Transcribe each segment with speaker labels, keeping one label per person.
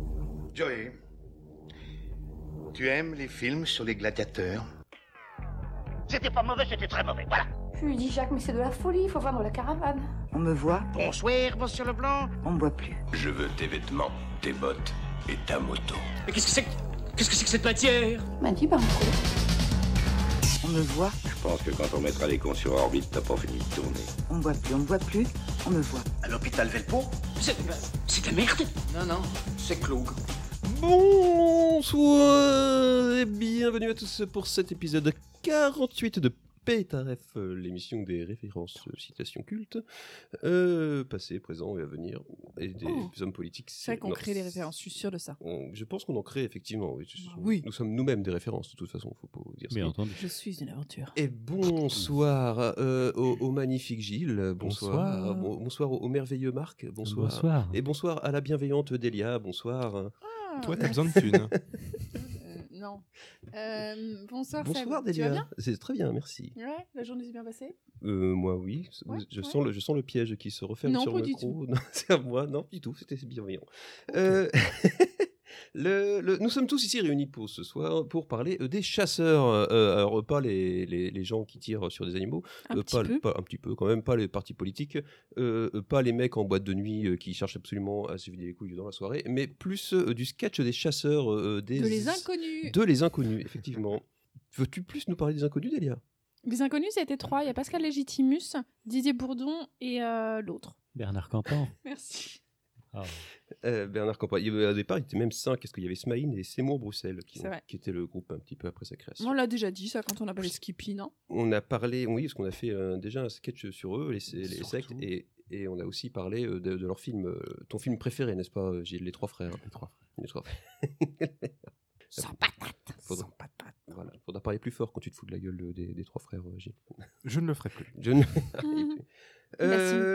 Speaker 1: Joey, tu aimes les films sur les gladiateurs
Speaker 2: C'était pas mauvais, c'était très mauvais, voilà.
Speaker 3: Je lui dis, Jacques, mais c'est de la folie, il faut vendre la caravane.
Speaker 4: On me voit,
Speaker 2: Bonsoir, monsieur Leblanc.
Speaker 4: on me voit plus.
Speaker 5: Je veux tes vêtements, tes bottes et ta moto.
Speaker 6: Mais qu'est-ce que c'est que... Qu'est-ce que c'est que cette matière
Speaker 3: Il m'a dit, ben, cool.
Speaker 4: On me voit,
Speaker 5: Je pense que quand on mettra les cons sur orbite, t'as pas fini de tourner.
Speaker 4: on me voit plus, on me voit plus, on me voit.
Speaker 2: À l'hôpital Velpo
Speaker 6: C'est c'est de la merde Non, non, c'est clou.
Speaker 7: Bonsoir et bienvenue à tous pour cet épisode 48 de PTRF, euh, l'émission des références, euh, citations cultes, euh, passé, présent et à venir, et des
Speaker 8: Oh.
Speaker 7: hommes politiques.
Speaker 8: C'est vrai qu'on
Speaker 7: Non,
Speaker 8: crée les références, je suis sûre de ça.
Speaker 7: on- je pense qu'on en crée effectivement. Oui. Ce sont-
Speaker 8: Oui.
Speaker 7: Nous sommes nous-mêmes des références de toute façon, faut pas dire ça.
Speaker 9: Bien entendu.
Speaker 8: Je suis une aventure.
Speaker 7: Et bonsoir euh, au, au magnifique Gilles, euh, bonsoir,
Speaker 9: Bonsoir.
Speaker 7: Bon- bonsoir au, au merveilleux Marc, bonsoir. Et bonsoir à la bienveillante Delia,
Speaker 8: Ah.
Speaker 7: bonsoir.
Speaker 10: Toi, t'as besoin de thunes.
Speaker 8: non. Euh, bonsoir,
Speaker 7: Bonsoir
Speaker 8: Seb. Tu vas
Speaker 7: Delia, c'est très bien, merci.
Speaker 8: bien Ouais, la journée s'est bien passée
Speaker 7: Euh, moi, oui.
Speaker 8: Ouais,
Speaker 7: je,
Speaker 8: ouais.
Speaker 7: Sens le, je sens le piège qui se referme
Speaker 8: Non,
Speaker 7: sur
Speaker 8: pas
Speaker 7: le
Speaker 8: du
Speaker 7: crew. Non, c'est à moi. Non, du tout. C'était bienveillant. Euh, le- le- nous sommes tous ici réunis pour ce soir pour parler euh, des chasseurs. Euh, alors, pas les, les- les gens qui tirent sur des animaux.
Speaker 8: Un
Speaker 7: euh,
Speaker 8: petit
Speaker 7: pas,
Speaker 8: peu.
Speaker 7: pas- un petit peu, quand même. Pas les partis politiques. euh, euh, pas les mecs en boîte de nuit euh, qui cherchent absolument à se vider les couilles dans la soirée. Mais plus euh, du sketch des chasseurs. euh, des,
Speaker 8: De les inconnus.
Speaker 7: de les inconnus, effectivement. Veux-tu plus nous parler des inconnus, Delia
Speaker 8: Les inconnus, c'était trois. Il y a Pascal Légitimus, Didier Bourdon et euh, l'autre.
Speaker 9: Bernard Campan.
Speaker 8: Merci.
Speaker 7: Euh, Bernard Campan. Il y avait- au départ, il était même 5. Est-ce qu'il y avait Smaïn et Seymour Bruxelles qui,
Speaker 8: C'est vrai.
Speaker 7: qui était le groupe un petit peu après sa création
Speaker 8: On l'a déjà dit, ça, quand on appelait Skippy, non
Speaker 7: On a parlé, oui, parce qu'on a fait euh, déjà un sketch sur eux, les, les
Speaker 9: Surtout.
Speaker 7: sectes, et, et on a aussi parlé euh, de, de leur film, euh, ton film préféré, n'est-ce pas, euh, Gilles Les Trois Frères Les Trois Frères. Les Trois Frères.
Speaker 8: Sans patate.
Speaker 7: Faudra, Voilà. Faudra parler plus fort quand tu te fous de la gueule euh, des, des Trois Frères, euh, Gilles.
Speaker 10: Je ne le ferai plus.
Speaker 7: Je ne- Euh,
Speaker 10: Euh,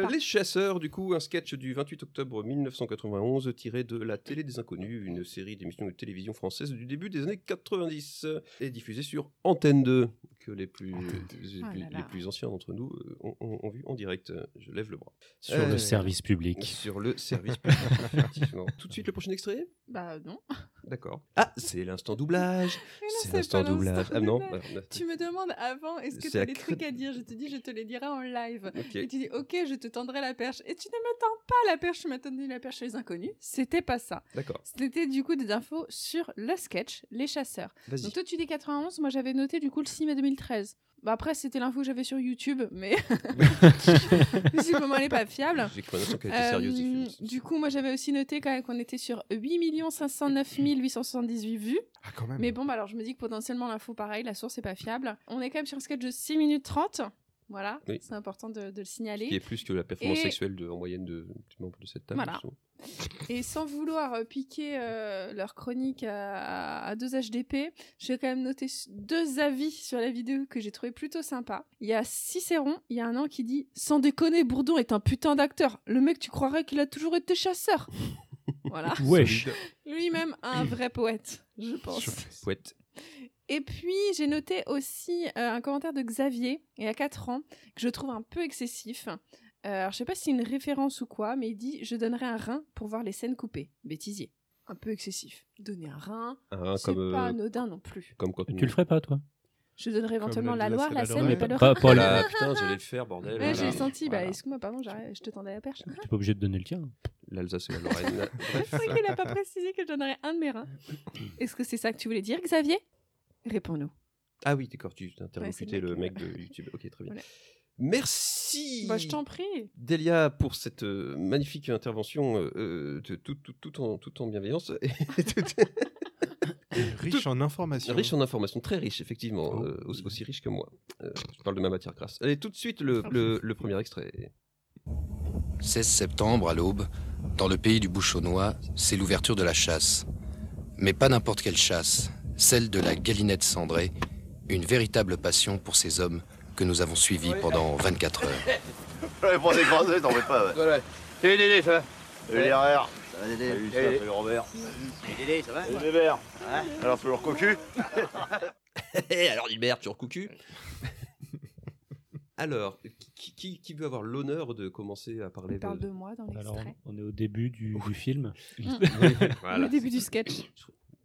Speaker 8: N'assume pas.
Speaker 7: les chasseurs, du coup, un sketch du 28 octobre 1991 tiré de La télé des inconnus, une série d'émissions de télévision française du début des années 90 euh, et diffusée sur Antenne 2, que les plus, les
Speaker 8: Ah
Speaker 7: plus-
Speaker 8: là là.
Speaker 7: les plus anciens d'entre nous euh, ont, ont- ont vu en direct. Euh, Je lève le bras.
Speaker 9: Sur
Speaker 7: Euh,
Speaker 9: le service public.
Speaker 7: Sur le service public, effectivement. Tout de suite, le prochain extrait
Speaker 8: Bah non.
Speaker 7: D'accord. Ah, c'est l'instant doublage
Speaker 8: Mais non,
Speaker 7: C'est
Speaker 8: pas
Speaker 7: l'instant
Speaker 8: l'instant
Speaker 7: doublage. Ah non
Speaker 8: doublage.
Speaker 7: alors,
Speaker 8: Tu me demandes avant, est-ce que
Speaker 7: C'est
Speaker 8: tu
Speaker 7: la
Speaker 8: as des
Speaker 7: crête.
Speaker 8: trucs à dire Je te dis, je te les dirai en live.
Speaker 7: ok.
Speaker 8: Et tu dis, ok, je te tendrai la perche. Et tu ne me tends pas la perche, tu m'as tendu la perche chez les inconnus. C'était pas ça.
Speaker 7: D'accord,
Speaker 8: C'était du coup des infos sur le sketch Les Chasseurs.
Speaker 7: vas-y.
Speaker 8: Donc toi tu dis 91, moi j'avais noté du coup le 6 mai 2013. Bah après c'était l'info que j'avais sur YouTube, mais si moment elle est pas fiable.
Speaker 7: J'ai cru un instant qu'elle était sérieuse.
Speaker 8: Euh,
Speaker 7: j'ai fait-
Speaker 8: du coup, moi j'avais aussi noté quand même qu'on était sur 8 509 878 vues.
Speaker 10: Ah, quand même.
Speaker 8: Mais bon, bah alors je me dis que potentiellement l'info, pareil, la source est pas fiable. On est quand même sur un sketch de 6 minutes 30. Voilà,
Speaker 7: Oui.
Speaker 8: c'est important de, de le
Speaker 7: Ce qui est
Speaker 8: signaler.
Speaker 7: plus que la performance
Speaker 8: Et-
Speaker 7: sexuelle de- en moyenne de, des membres de cette table.
Speaker 8: Voilà.
Speaker 7: disons.
Speaker 8: Et sans vouloir euh, piquer euh, leur chronique à, à deux HDP, j'ai quand même noté s- deux avis sur la vidéo que j'ai trouvé plutôt sympa. Il y a Cicéron, il y a un an qui dit Sans déconner, Bourdon est un putain d'acteur. Le mec, tu croirais qu'il a toujours été chasseur. voilà.
Speaker 9: Wesh.
Speaker 8: Lui-même, un vrai poète, je pense.
Speaker 7: Poète.
Speaker 8: Et puis, j'ai noté aussi euh, un commentaire de Xavier, il y a 4 ans, que je trouve un peu excessif. Euh, alors, je sais pas si c'est une référence ou quoi, mais il dit Je donnerai un rein pour voir les scènes coupées. Bêtisier. Un peu excessif. Donner un rein,
Speaker 7: Hein,
Speaker 8: c'est
Speaker 7: comme, euh,
Speaker 8: pas anodin non plus.
Speaker 7: comme quand
Speaker 9: Tu le ferais pas, toi
Speaker 8: Je donnerai
Speaker 10: Comme
Speaker 8: éventuellement la
Speaker 10: l'a dit la
Speaker 8: Loire, la
Speaker 10: Scala
Speaker 8: Seine, mais
Speaker 10: Dorée.
Speaker 8: pas le rein.
Speaker 9: Pas, pas le-
Speaker 7: Voilà, putain, j'allais le faire, bordel.
Speaker 8: Ouais, j'ai
Speaker 7: voilà.
Speaker 8: senti. Bah,
Speaker 7: Voilà.
Speaker 8: excuse-moi, pardon, j'arrête- je te tendais la perche.
Speaker 9: T'es pas obligé de donner le tien.
Speaker 7: L'Alsace et la Lorraine. Bref.
Speaker 8: Je crois qu'il a pas précisé que je donnerais un de mes reins. Est-ce que c'est ça que tu voulais dire, Xavier Réponds-nous.
Speaker 7: Ah oui, d'accord, tu
Speaker 8: Ouais, c'est
Speaker 7: interlocutais
Speaker 8: le
Speaker 7: le
Speaker 8: mec,
Speaker 7: mec de YouTube. Ok, très bien.
Speaker 8: Voilà.
Speaker 7: Merci
Speaker 8: Bah, je t'en prie.
Speaker 7: Delia pour cette euh, magnifique intervention, euh, euh, de- tout, tout- tout en, tout en bienveillance. et tout-
Speaker 10: Riche en informations.
Speaker 7: Riche en informations, très riche, effectivement.
Speaker 10: Oh.
Speaker 7: euh, aussi, aussi riche que moi. Euh, je parle de ma matière grasse. Allez, tout de suite, le, le- le premier extrait.
Speaker 5: 16 septembre à l'aube, dans le pays du Bouchonnois, c'est l'ouverture de la chasse. Mais pas n'importe quelle chasse, celle de la galinette cendrée, une véritable passion pour ces hommes que nous avons suivis pendant 24 heures.
Speaker 1: Ouais, pour des grands yeux, t'en fais pas, ouais.
Speaker 6: Salut Dédé, ça va
Speaker 1: Salut les RR. Salut, salut,
Speaker 6: Salut.
Speaker 1: salut Robert.
Speaker 6: Dédé, ça va
Speaker 1: Salut les verts. Alors, toujours cocu
Speaker 7: Eh, alors, Gilbert, tu recoucu Alors, qui- qui, qui- qui veut avoir l'honneur de commencer à parler
Speaker 8: Il parle de moi dans
Speaker 9: Alors,
Speaker 8: l'extrait.
Speaker 9: on est au début du, du film.
Speaker 8: Mm.
Speaker 7: Voilà.
Speaker 8: Le début du sketch.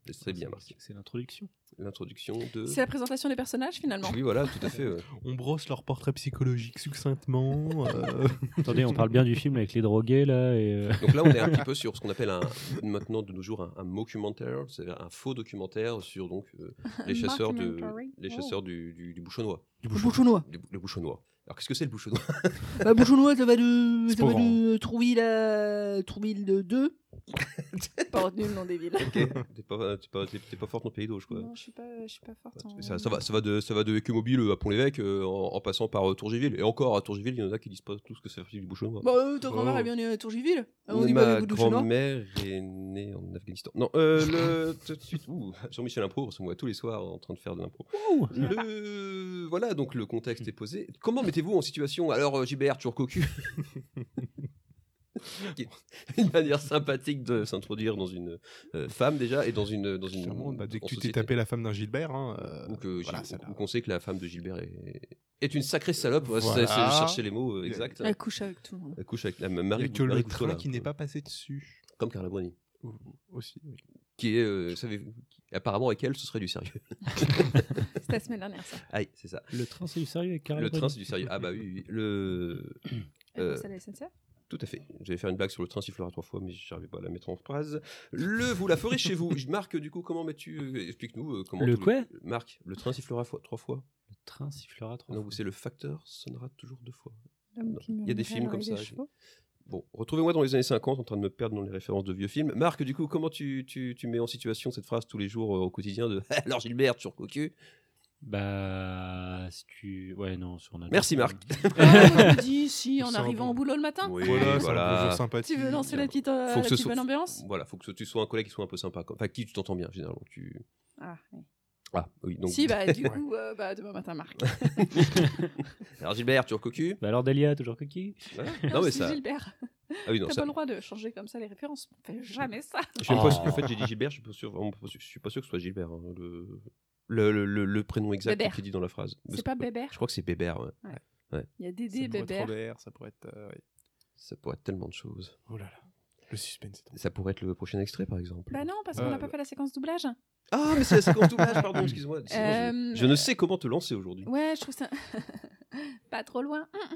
Speaker 7: C'est très bien marqué.
Speaker 9: C'est l'introduction.
Speaker 7: L'introduction de.
Speaker 8: C'est la présentation des personnages finalement.
Speaker 7: Oui, voilà, tout à fait. ouais.
Speaker 10: On brosse leur portrait psychologique succinctement. euh,
Speaker 9: Attendez, on parle bien du film avec les drogués, là. Et, euh,
Speaker 7: Donc là, on est un petit peu sur ce qu'on appelle un, maintenant de nos jours un, un mockumentaire, c'est-à-dire un faux documentaire sur donc euh, les chasseurs de
Speaker 8: mockumentary.
Speaker 7: les
Speaker 8: Oh.
Speaker 7: chasseurs du, du, du bouchonnois.
Speaker 9: du
Speaker 6: Le
Speaker 9: bouchon.
Speaker 6: bouchonnois.
Speaker 7: Du- le bouchonnois. Alors qu'est-ce que c'est le bouchonnois
Speaker 6: Bah, bouchonnois, ça va de. Ça va
Speaker 10: Sporran.
Speaker 6: de. Trouville à. Trouville 2.
Speaker 8: Pas retenu le nom des villes.
Speaker 7: T'es pas t'es pas, t'es- t'es pas forte en pays d'Auge quoi.
Speaker 8: Non, je suis pas, je suis pas forte. en-
Speaker 7: Bah, Ça, ça va, ça va de ça va de Écumobile à Pont-l'Évêque euh, en, en passant par euh, Tourgéville et encore à Tourgéville, il y en a qui disent pas tout ce que ça fait du bouchonnois.
Speaker 6: Bah, euh, ta grand-mère,
Speaker 7: Oh.
Speaker 6: elle vient de Tourgiville. Ah, On dit pas les
Speaker 7: Ma
Speaker 6: bouts de bouchonnois.
Speaker 7: grand-mère est née en Afghanistan. Non, euh, le... tout de suite, ouh, Jean-Michel Impro, parce qu'on voit tous les soirs en train de faire de l'impro.
Speaker 9: Ouh.
Speaker 7: Le... Voilà, donc le contexte est posé. Comment mettez-vous en situation Alors, euh, JBR, toujours cocu Qui- Une manière sympathique de s'introduire dans une euh, femme déjà et dans une. Dans une
Speaker 10: clairement, bah, dès que
Speaker 7: en
Speaker 10: tu t'es
Speaker 7: société.
Speaker 10: tapé la femme d'un Gilbert, hein, euh,
Speaker 7: Ou que Gil-
Speaker 10: voilà, ça
Speaker 7: ou-
Speaker 10: l'a-
Speaker 7: ou qu'on sait que la femme de Gilbert est, est une sacrée salope. Ouais,
Speaker 10: Voilà.
Speaker 7: c'est- c'est- je cherchais les mots euh,
Speaker 10: Il y a-
Speaker 7: exacts.
Speaker 8: Elle couche avec tout le monde.
Speaker 7: Elle couche avec la
Speaker 10: il n'y a
Speaker 7: Marie
Speaker 10: que
Speaker 7: Marie
Speaker 10: le
Speaker 7: Couchot, là.
Speaker 10: train qui n'est pas passé dessus.
Speaker 7: Comme Carla Bruni.
Speaker 10: Ou- Aussi, oui.
Speaker 7: qui est, euh, savez-vous, qui- apparemment avec elle, ce serait du sérieux.
Speaker 8: C'était la semaine dernière, ça.
Speaker 7: Aïe, c'est ça.
Speaker 9: Le train, c'est du sérieux avec Carla
Speaker 7: Le
Speaker 9: Bruni.
Speaker 7: train, c'est du sérieux. Ah bah oui, oui, oui. le...
Speaker 8: Elle
Speaker 7: Euh,
Speaker 8: bosse à la SNCF.
Speaker 7: Tout à fait. J'allais faire une blague sur le train siffleur à trois fois, mais j'arrivais pas à la mettre en phrase. Le, vous la ferez chez vous. Je- Marc, du coup, comment mets-tu euh, Explique-nous euh, comment.
Speaker 9: Le
Speaker 7: tout-
Speaker 9: quoi
Speaker 7: Marc, le train sifflera fois, trois fois.
Speaker 9: Le train sifflera trois
Speaker 7: Non,
Speaker 9: fois.
Speaker 7: vous c'est le facteur sonnera toujours deux fois.
Speaker 8: L'homme
Speaker 7: non.
Speaker 8: qui
Speaker 7: Il y a des
Speaker 8: murmurait
Speaker 7: films
Speaker 8: à
Speaker 7: comme
Speaker 8: l'oreille
Speaker 7: ça,
Speaker 8: des
Speaker 7: je-
Speaker 8: chevaux.
Speaker 7: Bon, retrouvez-moi dans les années 50 en train de me perdre dans les références de vieux films. Marc, du coup, comment tu, tu, tu mets en situation cette phrase tous les jours euh, au quotidien de Alors Gilbert, sur cocu
Speaker 9: Bah, si tu. Ouais, non, sur notre-
Speaker 7: Merci, Marc.
Speaker 8: Ah, on me dit si en
Speaker 10: C'est un
Speaker 8: arrivant
Speaker 10: bon-
Speaker 8: au boulot le matin.
Speaker 7: Oui,
Speaker 10: voilà, c'est un peu sympathique.
Speaker 8: Tu veux lancer la petite, euh,
Speaker 7: Ah. Faut
Speaker 8: la
Speaker 7: que ce
Speaker 8: petite
Speaker 7: soit-
Speaker 8: bonne ambiance
Speaker 7: Voilà, faut que tu sois un collègue qui soit un peu sympa. quoi. Enfin, qui tu t'entends bien, généralement. Tu...
Speaker 8: Ah, oui.
Speaker 7: Ah, oui, donc.
Speaker 8: Si, bah du
Speaker 10: Ouais.
Speaker 8: coup, euh, bah, demain matin, Marc.
Speaker 7: Alors, Gilbert, tu recocu
Speaker 9: Bah alors Delia, toujours coquille
Speaker 7: Non, mais
Speaker 8: C'est
Speaker 7: ça.
Speaker 8: Gilbert,
Speaker 7: Ah oui, non,
Speaker 8: t'as
Speaker 7: ça.
Speaker 8: pas le droit de changer comme ça les références. On fait jamais ça.
Speaker 7: Je suis même pas sûr-
Speaker 9: Oh.
Speaker 7: En fait, j'ai dit Gilbert, je suis pas sûr, vraiment pas sûr- bah, je suis pas sûr que ce soit Gilbert, hein, le... Le, le, le- le prénom exact
Speaker 8: Bébert.
Speaker 7: qui est dit dans la phrase. Parce
Speaker 8: C'est pas
Speaker 7: que-
Speaker 8: Bébert.
Speaker 7: Je crois que c'est Bébert, ouais.
Speaker 8: Il y a
Speaker 10: Ça
Speaker 8: Dédé,
Speaker 10: pourrait être
Speaker 8: Bébert.
Speaker 10: Robert, ça pourrait être. euh, oui.
Speaker 7: Ça pourrait être tellement de choses.
Speaker 10: Oh là là, le suspense est en
Speaker 7: Ça pourrait être le prochain extrait, par exemple.
Speaker 8: Bah non, parce qu'on
Speaker 10: Euh,
Speaker 8: n'a pas fait la séquence doublage.
Speaker 7: Ah, mais c'est la séquence doublage, pardon, excuse-moi. Sinon,
Speaker 8: Euh,
Speaker 7: je, je ne sais comment te lancer aujourd'hui.
Speaker 8: Ouais, je trouve ça pas trop loin.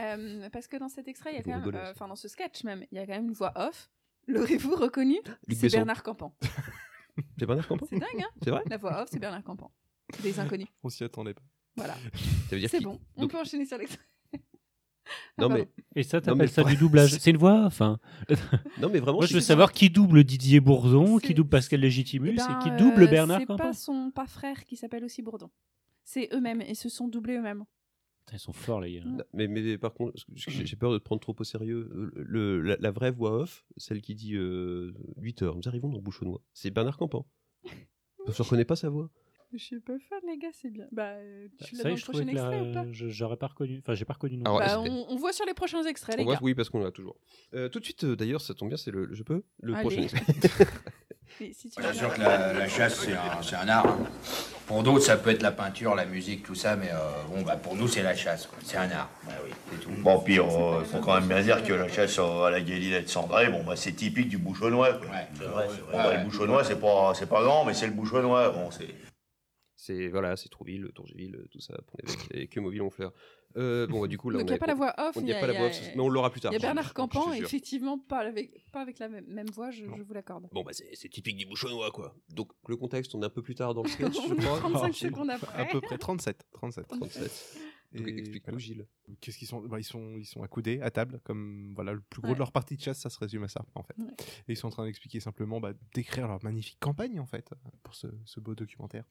Speaker 8: Euh, parce que dans cet extrait, il y a
Speaker 7: Vous
Speaker 8: quand même,
Speaker 7: rigolez,
Speaker 8: euh,
Speaker 7: ça.
Speaker 8: enfin dans ce sketch même, il y a quand même une voix off. L'aurez-vous reconnu
Speaker 7: Luc
Speaker 8: C'est
Speaker 7: Besson.
Speaker 8: Bernard Campan.
Speaker 7: C'est Bernard Campan
Speaker 8: C'est dingue, hein
Speaker 7: C'est vrai
Speaker 8: La voix off, c'est Bernard Campan. Des inconnus.
Speaker 10: On s'y attendait pas.
Speaker 8: Voilà.
Speaker 7: Ça veut dire
Speaker 8: C'est
Speaker 7: qu'il-
Speaker 8: bon. On
Speaker 7: donc-
Speaker 8: peut enchaîner sur l'extrait.
Speaker 7: Non,
Speaker 8: Ah,
Speaker 7: mais,
Speaker 9: Et ça,
Speaker 7: mais
Speaker 9: t'appelles ça
Speaker 7: pour-
Speaker 9: du doublage C'est une voix Enfin,
Speaker 7: non, mais vraiment,
Speaker 9: moi, je veux
Speaker 7: c'est-
Speaker 9: savoir qui double Didier Bourdon,
Speaker 8: C'est-
Speaker 9: qui double Pascal Légitimus
Speaker 8: Eh ben,
Speaker 9: et qui double
Speaker 8: euh,
Speaker 9: Bernard
Speaker 8: C'est
Speaker 9: Campan.
Speaker 8: pas son pas frère qui s'appelle aussi Bourdon. C'est eux-mêmes et se sont doublés eux-mêmes.
Speaker 9: Putain, Ils sont forts, les gars.
Speaker 7: Non, Mais, mais par contre, parce que j'ai j'ai peur de te prendre trop au sérieux. Le- le- la, la vraie voix off, celle qui dit 8 heures, nous arrivons dans Bouchonnois, c'est Bernard Campan. Je ne reconnais pas sa voix.
Speaker 8: Je suis pas fan, les gars, c'est bien. Bah, euh, tu l'as
Speaker 9: Ça,
Speaker 8: dans le
Speaker 9: je trouvais
Speaker 8: prochain
Speaker 9: que la-
Speaker 8: extrait ou pas
Speaker 9: je- j'aurais pas reconnu. Enfin, j'ai pas reconnu non
Speaker 7: Ah ouais.
Speaker 9: plus.
Speaker 8: Bah,
Speaker 7: c'était-
Speaker 8: on, on voit sur les prochains extraits, les
Speaker 7: On voit-
Speaker 8: gars.
Speaker 7: oui, parce qu'on l'a toujours. Euh, tout de suite, euh, d'ailleurs, ça tombe bien, c'est le, le- je peux le
Speaker 8: Allez.
Speaker 7: prochain.
Speaker 8: Mais si tu
Speaker 11: Bien
Speaker 8: veux
Speaker 11: sûr
Speaker 8: bien.
Speaker 11: que la, la chasse, c'est un, c'est un art. hein. Pour d'autres, ça peut être la peinture, la musique, tout ça, mais euh, bon, bah, pour nous, c'est la chasse. quoi. C'est un art. Bah oui, c'est tout.
Speaker 2: Bon, puis, il faut quand même bien dire que la chasse euh, à la galinette cendrée, bon, bah, c'est typique du bouchonnois. quoi.
Speaker 11: Ouais, c'est
Speaker 2: Bon,
Speaker 11: vrai, c'est vrai.
Speaker 2: bah, le bouchonnois, c'est pas, c'est pas grand, mais c'est le bouchonnois. Bon, c'est.
Speaker 7: C'est voilà, c'est Trouville, Tourgéville, euh, tout ça, pour les et Quemoville, Honfleur. Euh, bon, du coup, là,
Speaker 8: Donc, il
Speaker 7: on
Speaker 8: n'y a
Speaker 7: avait-
Speaker 8: pas la voix off.
Speaker 7: on- Il n'y a pas la voix off, mais on l'aura plus tard.
Speaker 8: Il y a
Speaker 7: je- je-
Speaker 8: Bernard
Speaker 7: je
Speaker 8: Campan,
Speaker 7: te jure.
Speaker 8: effectivement, pas avec, pas avec la même, même voix, je, je vous l'accorde.
Speaker 7: Bon, bah, c'est c'est typique du Bouchonnois, quoi. Donc, le contexte, on est un peu plus tard dans le
Speaker 8: On
Speaker 7: sketch, je
Speaker 8: est
Speaker 7: crois.
Speaker 8: 35
Speaker 10: c'est-
Speaker 8: secondes
Speaker 10: À
Speaker 8: après.
Speaker 10: peu près 37. 37.
Speaker 7: 37. Donc,
Speaker 10: Et
Speaker 7: explique-nous,
Speaker 10: voilà.
Speaker 7: Gilles.
Speaker 10: Qu'est-ce qu'ils sont, bah, ils sont Ils sont accoudés à table, comme voilà, le plus gros
Speaker 8: Ouais.
Speaker 10: de leur partie de chasse, ça se résume à ça, en fait.
Speaker 8: Ouais.
Speaker 10: Et ils sont en train d'expliquer simplement, bah, d'écrire leur magnifique campagne, en fait, pour ce, ce beau documentaire.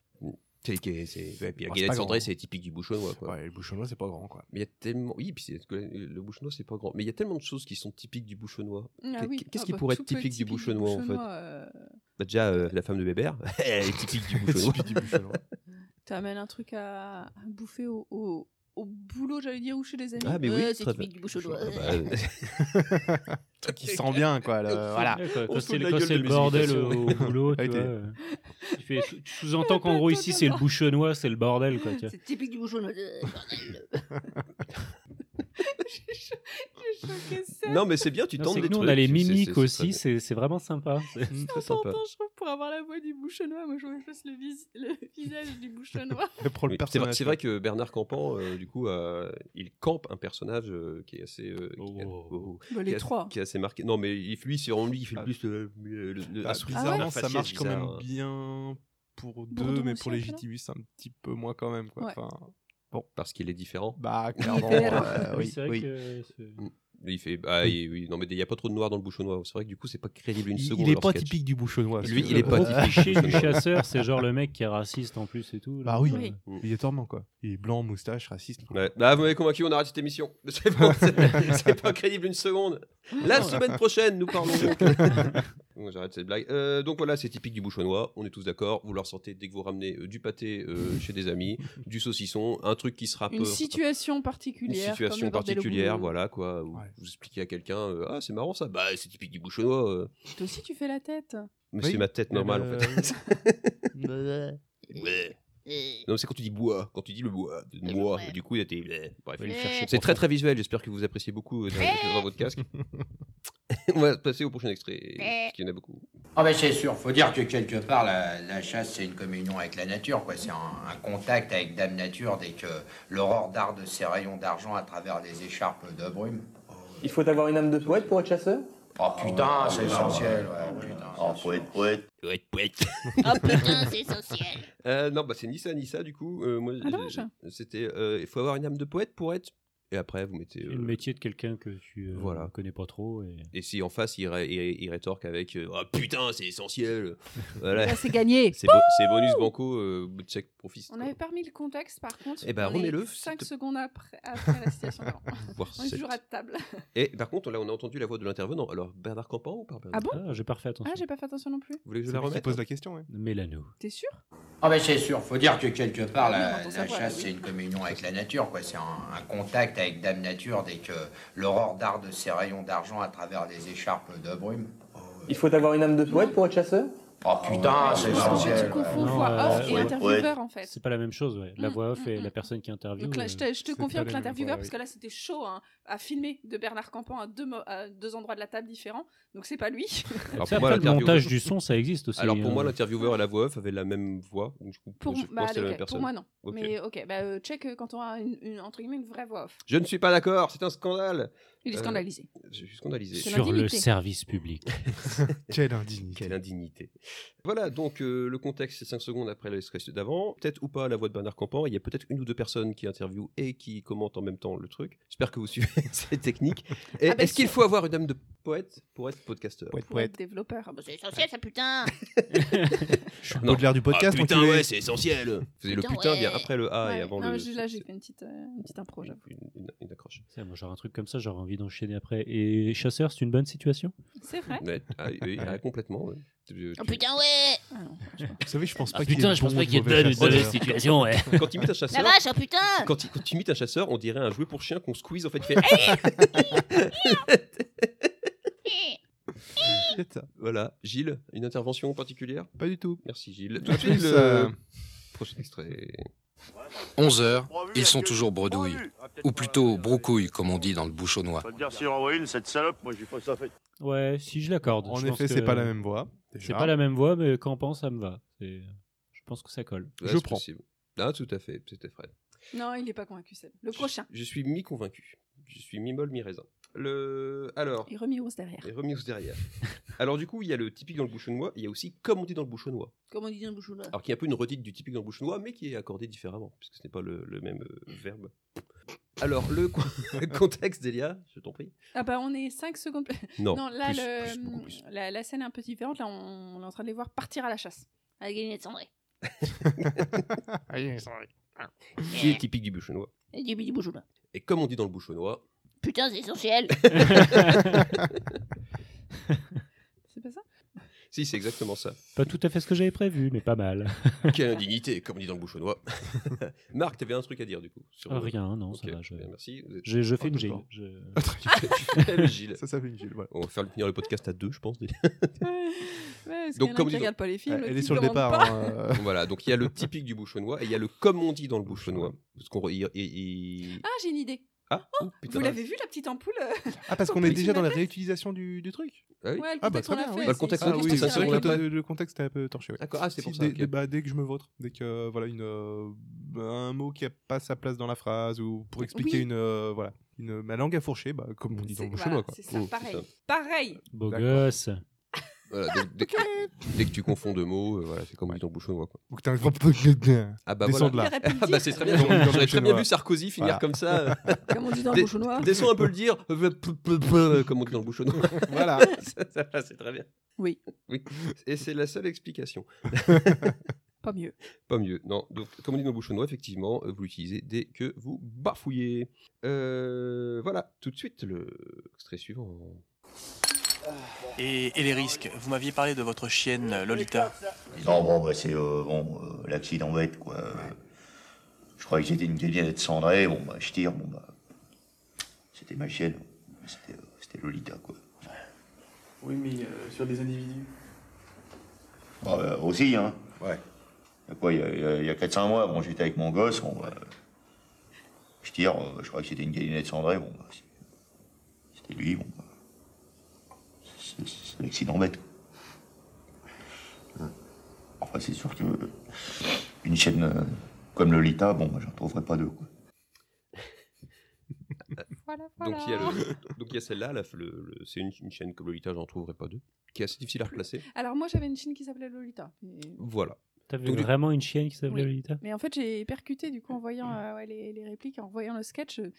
Speaker 7: C'est, c'est, c'est, ouais, puis la
Speaker 10: Bon, c'est
Speaker 7: galette
Speaker 10: pas
Speaker 7: cendrée,
Speaker 10: grand.
Speaker 7: c'est typique du Bouchonnois, quoi.
Speaker 10: Ouais, le bouchonnois, c'est pas grand, quoi.
Speaker 7: Mais il y a tellement. Oui, puis c'est- que le bouchonnois, c'est pas grand. Mais il y a tellement de choses qui sont typiques du bouchonnois.
Speaker 8: Ah oui.
Speaker 7: Qu'est-ce
Speaker 8: Ah
Speaker 7: qui
Speaker 8: bah,
Speaker 7: pourrait
Speaker 8: tout
Speaker 7: être typique
Speaker 8: petit
Speaker 7: du bouchonnois, en fait
Speaker 8: bouchonnois, euh,
Speaker 7: Bah, Déjà, euh, la femme de Bébert, elle est typique du bouchonnois.
Speaker 10: Typique du bouchonnois.
Speaker 8: T'amènes un truc à, à bouffer au, au, au boulot, j'allais dire, ou chez les amis.
Speaker 7: ah, mais oui,
Speaker 6: Ouais, c'est
Speaker 7: très-
Speaker 6: typique du bouchonnois.
Speaker 7: Ah bah, euh,
Speaker 10: Truc qui sent bien, quoi. le- voilà.
Speaker 9: Ouais, quoi,
Speaker 7: On se
Speaker 9: Quand
Speaker 7: fout
Speaker 9: c'est
Speaker 7: de
Speaker 9: le-
Speaker 7: la
Speaker 9: quand
Speaker 7: gueule
Speaker 9: c'est
Speaker 7: de
Speaker 9: le
Speaker 7: mes
Speaker 9: bordel
Speaker 7: imitations.
Speaker 9: au au boulot, tu
Speaker 10: Ouais,
Speaker 9: vois.
Speaker 10: t'es-
Speaker 9: euh, Tu, fais- tu sous-entends qu'en gros ici c'est le bouchonnois, c'est le bordel quoi. tu vois.
Speaker 12: C'est typique du bouchon. Euh, bordel.
Speaker 8: J'ai cho- j'ai choqué ça.
Speaker 7: Non, mais c'est bien, tu
Speaker 9: Non,
Speaker 7: tentes
Speaker 9: c'est
Speaker 7: des
Speaker 9: que nous, on a
Speaker 7: trucs,
Speaker 9: les
Speaker 7: c'est- c'est-
Speaker 9: mimiques
Speaker 7: c'est
Speaker 9: aussi,
Speaker 7: très-
Speaker 9: c'est c'est vraiment sympa. C'est
Speaker 7: Mm.
Speaker 9: très
Speaker 8: Attends,
Speaker 9: sympa.
Speaker 8: je trouve, pour avoir la voix du bouchonnois, moi je me fasse le, vis- le visage du bouchonnois.
Speaker 7: Oui, c'est vrai-
Speaker 10: hein.
Speaker 7: C'est vrai, que Bernard Campan, euh, du coup, euh, il campe un personnage euh, qui est assez. euh, qui- oh,
Speaker 8: Bah,
Speaker 7: qui
Speaker 8: les
Speaker 7: est-
Speaker 8: trois.
Speaker 7: Qui est assez marqué. Non, mais il- lui, c'est vraiment lui qui
Speaker 10: Ah.
Speaker 7: fait le plus le. le, le-
Speaker 10: Parce
Speaker 7: le-
Speaker 10: que
Speaker 7: la
Speaker 10: bizarrement, ça
Speaker 7: faciès
Speaker 10: marche quand
Speaker 7: Ah, bizarre,
Speaker 10: même
Speaker 7: hein.
Speaker 10: bien pour deux,
Speaker 8: Bourdon
Speaker 10: mais
Speaker 8: aussi,
Speaker 10: pour
Speaker 8: un
Speaker 10: les
Speaker 8: peu, non
Speaker 10: JTV, c'est un petit peu moins quand même. Quoi.
Speaker 8: Ouais.
Speaker 10: Enfin,
Speaker 7: Bon, parce qu'il est différent.
Speaker 10: bah, clairement. euh,
Speaker 9: Oui,
Speaker 10: oui,
Speaker 9: c'est vrai
Speaker 10: oui.
Speaker 9: que c'est-
Speaker 7: Mm. Il fait. Bah, il- oui, non, mais il n'y a pas trop de noir dans le bouchonnois. C'est vrai que du coup, c'est pas crédible une
Speaker 10: Il- il
Speaker 7: seconde.
Speaker 10: est
Speaker 7: leur
Speaker 10: pas
Speaker 7: sketch.
Speaker 10: typique du bouchonnois,
Speaker 7: Lui,
Speaker 10: c'est-
Speaker 7: il est
Speaker 10: le
Speaker 7: pas
Speaker 10: gros
Speaker 7: typique.
Speaker 9: cliché du
Speaker 7: bouchonnois.
Speaker 9: chasseur, c'est genre le mec qui est raciste en plus et tout. là.
Speaker 10: Bah oui,
Speaker 9: Ouais.
Speaker 10: obligatoirement quoi. Il est blanc, moustache, raciste.
Speaker 7: Ouais. Bah, vous m'avez convaincu, on arrête cette émission. C'est bon, c'est- c'est pas crédible une seconde. La
Speaker 10: Non.
Speaker 7: semaine prochaine, nous parlons. Bon, J'arrête cette blague. Euh, donc voilà, c'est typique du bouchonnois, on est tous d'accord. Vous leur sortez dès que vous ramenez euh, du pâté euh, chez des amis, du saucisson, un truc qui sera
Speaker 8: Une situation
Speaker 7: une
Speaker 8: particulière. comme
Speaker 7: situation
Speaker 8: le bordel au
Speaker 7: particulière,
Speaker 8: boulot.
Speaker 7: voilà quoi. Où Vous expliquez à quelqu'un, euh, ah c'est marrant ça, bah c'est typique du bouchonnois. euh.
Speaker 8: Toi aussi, tu fais la tête.
Speaker 7: Mais
Speaker 10: Oui.
Speaker 7: c'est ma tête
Speaker 10: Eh
Speaker 7: normale
Speaker 10: ben,
Speaker 7: en fait.
Speaker 12: Bleu.
Speaker 7: Ouais. Non, mais c'est quand tu dis bois, quand tu dis le bois, de moi, du coup, il y a tes- bleh. Bref.
Speaker 9: Va le chercher
Speaker 7: c'est
Speaker 9: pour
Speaker 7: très
Speaker 9: toi.
Speaker 7: très visuel, j'espère que vous appréciez beaucoup euh,
Speaker 12: Eh
Speaker 7: dans, dans votre casque. On va passer au prochain extrait,
Speaker 12: Eh.
Speaker 7: parce qu'il y en a beaucoup.
Speaker 11: Ah ben c'est sûr, faut dire que quelque part la, la chasse c'est une communion avec la nature, quoi. C'est un, un contact avec Dame Nature dès que l'aurore darde ses rayons d'argent à travers les écharpes de brume.
Speaker 13: Il faut avoir une âme de poète pour être chasseur
Speaker 11: Oh putain, c'est essentiel.
Speaker 2: Oh, poète, poète.
Speaker 7: Poète, poète.
Speaker 12: Oh putain, c'est social.
Speaker 7: Euh, non, bah c'est Nissa, Nissa, du coup. euh, moi,
Speaker 12: Ah,
Speaker 7: j'ai-
Speaker 12: dommage.
Speaker 7: C'était. euh, Il faut avoir une âme de poète pour être. Et après, vous mettez.
Speaker 9: le
Speaker 7: euh,
Speaker 9: métier de quelqu'un que tu euh,
Speaker 7: Voilà.
Speaker 9: connais pas trop. Et...
Speaker 7: Et si en face, il, ré- il ré- il rétorque avec euh, Ah putain, c'est essentiel Voilà.
Speaker 12: Là, c'est gagné.
Speaker 7: C'est bo- c'est bonus banco, euh, bout de sec, profit.
Speaker 8: On n'avait pas remis le contexte, par contre.
Speaker 7: Eh ben, remets-le,
Speaker 8: 5
Speaker 7: s'il te-
Speaker 8: secondes après, après la citation. d'avant.
Speaker 7: Voire
Speaker 8: On est
Speaker 7: sept.
Speaker 8: toujours à table.
Speaker 7: Et par contre, là, on a entendu la voix de l'intervenant. Alors, Bernard Campan ou pas Bernard
Speaker 8: Ah bon
Speaker 9: J'ai pas refait attention.
Speaker 8: Ah, j'ai pas fait attention non plus.
Speaker 7: Vous voulez que je
Speaker 10: C'est
Speaker 7: la
Speaker 10: lui qui
Speaker 7: remette
Speaker 10: pose la question, ouais.
Speaker 9: Mélano.
Speaker 8: T'es sûr
Speaker 11: Ah ben c'est sûr, faut dire que quelque part
Speaker 8: Ah oui, on
Speaker 11: la,
Speaker 8: entend
Speaker 11: la
Speaker 8: sa voix,
Speaker 11: chasse
Speaker 8: là, oui.
Speaker 11: c'est une communion avec la nature, quoi. C'est un, un contact avec Dame Nature dès que l'aurore darde ses rayons d'argent à travers les écharpes de brume.
Speaker 13: Il faut avoir une âme de poète pour être chasseur
Speaker 11: Oh putain, c'est
Speaker 8: Tu
Speaker 11: essentiel.
Speaker 8: confonds
Speaker 9: Non,
Speaker 8: voix
Speaker 9: euh,
Speaker 8: off et
Speaker 9: ouais.
Speaker 8: intervieweur, en fait.
Speaker 9: C'est pas la même chose, ouais. La
Speaker 8: Mm,
Speaker 9: voix off
Speaker 8: mm,
Speaker 9: et
Speaker 8: mm.
Speaker 9: la personne qui interviewe.
Speaker 8: Donc là, je te, je te
Speaker 9: euh,
Speaker 8: confirme
Speaker 9: pas
Speaker 8: que
Speaker 9: la même
Speaker 8: l'intervieweur,
Speaker 9: voix,
Speaker 8: parce
Speaker 9: oui.
Speaker 8: que là, c'était chaud hein, à filmer de Bernard Campan à deux, mo- à deux endroits de la table différents. Donc c'est pas lui.
Speaker 7: Alors,
Speaker 9: Ça,
Speaker 7: pour moi,
Speaker 9: après, le
Speaker 7: l'interview-
Speaker 9: montage du son, ça existe aussi.
Speaker 7: Alors, pour moi,
Speaker 9: hein.
Speaker 7: l'intervieweur et la voix off avaient la même voix. donc, du coup,
Speaker 8: Pour,
Speaker 7: je
Speaker 8: bah,
Speaker 7: pense que c'est la
Speaker 8: allez,
Speaker 7: même
Speaker 8: ok,
Speaker 7: personne.
Speaker 8: pour moi, non.
Speaker 7: Ok.
Speaker 8: Mais ok, bah, euh, check euh, quand on a une, une- entre guillemets, une vraie voix off.
Speaker 7: Je ne suis pas d'accord, c'est un scandale.
Speaker 8: Il est
Speaker 7: Euh,
Speaker 8: scandalisé.
Speaker 7: Je suis scandalisé.
Speaker 8: C'est
Speaker 9: Sur le
Speaker 8: l'indignité.
Speaker 9: service public.
Speaker 10: Quelle indignité.
Speaker 7: Quelle indignité. Voilà, donc euh, le contexte, c'est 5 secondes après l'extrait d'avant. Peut-être ou pas la voix de Bernard Campan. Il y a peut-être une ou deux personnes qui interviewent et qui commentent en même temps le truc. J'espère que vous suivez cette technique. Et
Speaker 12: Ah ben,
Speaker 7: Est-ce qu'il
Speaker 12: si.
Speaker 7: faut avoir une âme de poète pour être podcasteur
Speaker 8: Pour être développeur.
Speaker 12: Ah bah, c'est essentiel, ça putain.
Speaker 10: Je suis le Baudelaire du podcast.
Speaker 7: Ah, putain,
Speaker 10: enculé.
Speaker 7: ouais, c'est essentiel. Vous faisiez le
Speaker 12: Putain,
Speaker 7: putain bien
Speaker 12: ouais.
Speaker 7: après le A et
Speaker 8: Ouais,
Speaker 7: avant
Speaker 8: non,
Speaker 7: le.
Speaker 8: mais là, j'ai fait une petite, euh, une petite impro, j'avoue.
Speaker 7: Une, une- une accroche.
Speaker 9: Ça, moi, genre un truc comme ça, j'aurais envie d'enchaîner après. Et chasseur, c'est une bonne situation
Speaker 8: C'est vrai
Speaker 7: Ouais, ah, oui, ah, complètement. ouais. Tu-
Speaker 12: Oh
Speaker 7: tu-
Speaker 12: putain, ouais.
Speaker 10: Vous savez, je pense
Speaker 9: Ah,
Speaker 10: pas qu'il y ait
Speaker 9: putain, je pense
Speaker 10: bon
Speaker 9: pas qu'il y ait
Speaker 10: ou
Speaker 9: de
Speaker 10: mauvais
Speaker 9: bonne ou de mauvaise
Speaker 10: chasseur.
Speaker 9: situation, ouais.
Speaker 7: Quand tu imites un chasseur.
Speaker 12: La vache, oh putain.
Speaker 7: Quand tu, quand tu imites un chasseur, on dirait un jouet pour chien qu'on squeeze en fait. Fait...
Speaker 10: C'est ça.
Speaker 7: voilà, Gilles, une intervention particulière
Speaker 10: Pas du tout.
Speaker 7: Merci Gilles.
Speaker 10: Pas
Speaker 7: Tout de suite
Speaker 10: plus,
Speaker 7: le
Speaker 10: euh,
Speaker 7: prochain extrait.
Speaker 5: 11 heures, ils sont toujours bredouilles. Ou plutôt broucouilles, comme on dit dans le bouchonnois.
Speaker 14: Faut me dire si on envoie une, cette salope, moi j'ai pas ça fait.
Speaker 9: Ouais, si je l'accorde.
Speaker 10: En
Speaker 9: je pense
Speaker 10: effet, c'est
Speaker 9: que-
Speaker 10: pas la même voix.
Speaker 9: C'est
Speaker 10: déjà.
Speaker 9: pas la même voix, mais quand on pense, ça me va. C'est- Je pense que ça colle.
Speaker 7: Ouais,
Speaker 10: Je
Speaker 7: c'est
Speaker 10: prends.
Speaker 7: possible. Ah, tout à fait, c'était Fred.
Speaker 8: Non, il est pas convaincu, Seb. Le prochain.
Speaker 7: Je suis mi-convaincu. Je suis mi-molle, mi-raisin. Le... Alors,
Speaker 8: Et remis rose derrière.
Speaker 7: et remis aux derrière. Alors du coup, il y a le typique dans le bouchonnois, il y a aussi comme on dit dans le bouchonnois.
Speaker 12: Comment on dit dans le bouchon là
Speaker 7: Alors qu'il y a un peu une redite du typique dans le bouchonnois, mais qui est accordée différemment, puisque ce n'est pas le, le même euh, verbe. Alors, le co- contexte d'Elia, je t'en prie.
Speaker 8: Ah bah on est 5 secondes plus.
Speaker 7: Non,
Speaker 8: là
Speaker 7: plus,
Speaker 8: le-
Speaker 7: plus, beaucoup plus.
Speaker 8: La, la scène est un peu différente. Là on, on est en train de les voir partir à la chasse.
Speaker 12: À la gallinette cendrée.
Speaker 7: Qui est typique du bouchonnois.
Speaker 12: Et du du bouchon là.
Speaker 7: Et comme on dit dans le bouchonnois,
Speaker 12: Putain, c'est essentiel.
Speaker 8: C'est pas ça
Speaker 7: Si, c'est exactement ça.
Speaker 9: Pas tout à fait ce que j'avais prévu, mais pas mal.
Speaker 7: Quelle indignité, comme on dit dans le bouchonnois. Marc, t'avais un truc à dire du coup sur-
Speaker 8: Euh,
Speaker 9: Ah, rien, non, ça
Speaker 7: Ok,
Speaker 9: va, je-
Speaker 7: bien, merci. Vous êtes-
Speaker 9: je- je fais
Speaker 7: Oh,
Speaker 9: une
Speaker 7: d'accord.
Speaker 9: Gilles, je-
Speaker 7: Ah, très bien, tu fais une Gilles.
Speaker 10: Ça s'appelle une Gilles, voilà.
Speaker 7: On va faire finir le podcast à deux, je pense. déjà.
Speaker 8: parce qu'il y en a qui
Speaker 7: dit-
Speaker 8: regardent pas les films, l'autre qui commande pas.
Speaker 10: hein, euh.
Speaker 7: voilà, donc il y a le typique du bouchonnois et il y a le comme on dit dans le bouchonnois. Parce qu'on. il- il- il-
Speaker 8: Ah, j'ai une idée.
Speaker 7: Ah, oh, putain.
Speaker 8: Vous l'avez vu la petite ampoule
Speaker 10: Ah, parce qu'on est déjà dans la réutilisation du, du truc
Speaker 7: Ah oui.
Speaker 8: Ouais, le
Speaker 10: Ah, bah,
Speaker 8: contexte,
Speaker 10: très
Speaker 8: on l'a
Speaker 10: bien,
Speaker 8: fait,
Speaker 10: oui.
Speaker 8: Bah, le c'est- contexte,
Speaker 10: Ah
Speaker 8: on
Speaker 10: oui,
Speaker 8: l'a fait.
Speaker 10: c'est vrai
Speaker 8: On l'a
Speaker 10: que
Speaker 8: fait.
Speaker 10: le, le contexte est un peu torché. ouais.
Speaker 7: D'accord, ah, c'est pour
Speaker 10: Si,
Speaker 7: ça,
Speaker 10: Dès,
Speaker 7: ok.
Speaker 10: dès- bah, dès que je me vautre, dès que euh, voilà une euh, un mot qui a pas sa place dans la phrase ou pour expliquer
Speaker 8: Oui.
Speaker 10: une euh, voilà une ma langue à fourcher, bah, comme on dit dans
Speaker 8: C'est-
Speaker 10: le
Speaker 8: voilà,
Speaker 10: chinois quoi.
Speaker 8: c'est ça,
Speaker 7: Oh,
Speaker 8: pareil. Pareil
Speaker 9: Beau
Speaker 10: D'accord.
Speaker 9: gosse.
Speaker 7: Voilà, dès, dès que- dès que tu confonds deux mots, euh, voilà, c'est comme on dit dans le bouchonnois. quoi.
Speaker 10: Ou que t'as un grand peu de
Speaker 7: Ah bah
Speaker 10: Descends
Speaker 7: voilà.
Speaker 10: de là.
Speaker 7: Ah bah c'est très bien. J'aurais très bien vu Sarkozy finir
Speaker 10: Voilà.
Speaker 7: comme ça.
Speaker 8: Comme on dit dans le
Speaker 7: Des-
Speaker 8: bouchonnois.
Speaker 7: Descends un peu le dire. Comme on dit dans le bouchonnois.
Speaker 10: Voilà.
Speaker 7: Ça, ça va, c'est très bien.
Speaker 8: Oui.
Speaker 7: Oui. Et c'est la seule explication.
Speaker 8: Pas mieux.
Speaker 7: Pas mieux. Non. Donc, comme on dit dans le bouchonnois, effectivement, euh, vous l'utilisez dès que vous bafouillez. Euh, voilà. Tout de suite, le extrait suivant.
Speaker 15: Et, et les risques Vous m'aviez parlé de votre chienne euh, Lolita.
Speaker 2: Non, bon, bah, c'est euh, bon, euh, l'accident bête, quoi. Euh, Je croyais que j'étais une galette cendrée, bon, bah, je tire, bon, bah. C'était ma chienne, c'était euh, c'était Lolita, quoi.
Speaker 13: Oui, mais euh, sur des individus.
Speaker 2: Bah, euh, aussi, hein. Ouais. Il y a quoi, il y a- il y a, il y a 4-5 mois, bon, j'étais avec mon gosse, bon, bah, Je tire, euh, je croyais que c'était une galinette cendrée, bon, bah, c'est- C'était lui, bon, bah. c'est- C'est c'est l'accident bête. Hmm. Enfin, c'est sûr que. euh, Une chaîne euh, comme Lolita, bon, moi, j'en trouverai pas deux, quoi.
Speaker 7: Donc il y a, le- donc, il y a celle-là. la- le- le- c'est une, une chaîne comme Lolita, j'en trouverai pas deux. Qui est assez difficile à replacer.
Speaker 8: Alors moi j'avais une chine qui s'appelait Lolita. mais-
Speaker 7: Voilà.
Speaker 9: T'avais
Speaker 7: Donc, du-
Speaker 9: vraiment une chienne qui s'appelait
Speaker 8: Oui.
Speaker 9: Lolita Ah,
Speaker 8: Mais en fait, j'ai percuté du coup en voyant euh, ouais, les, les répliques, en voyant le sketch. euh, Je me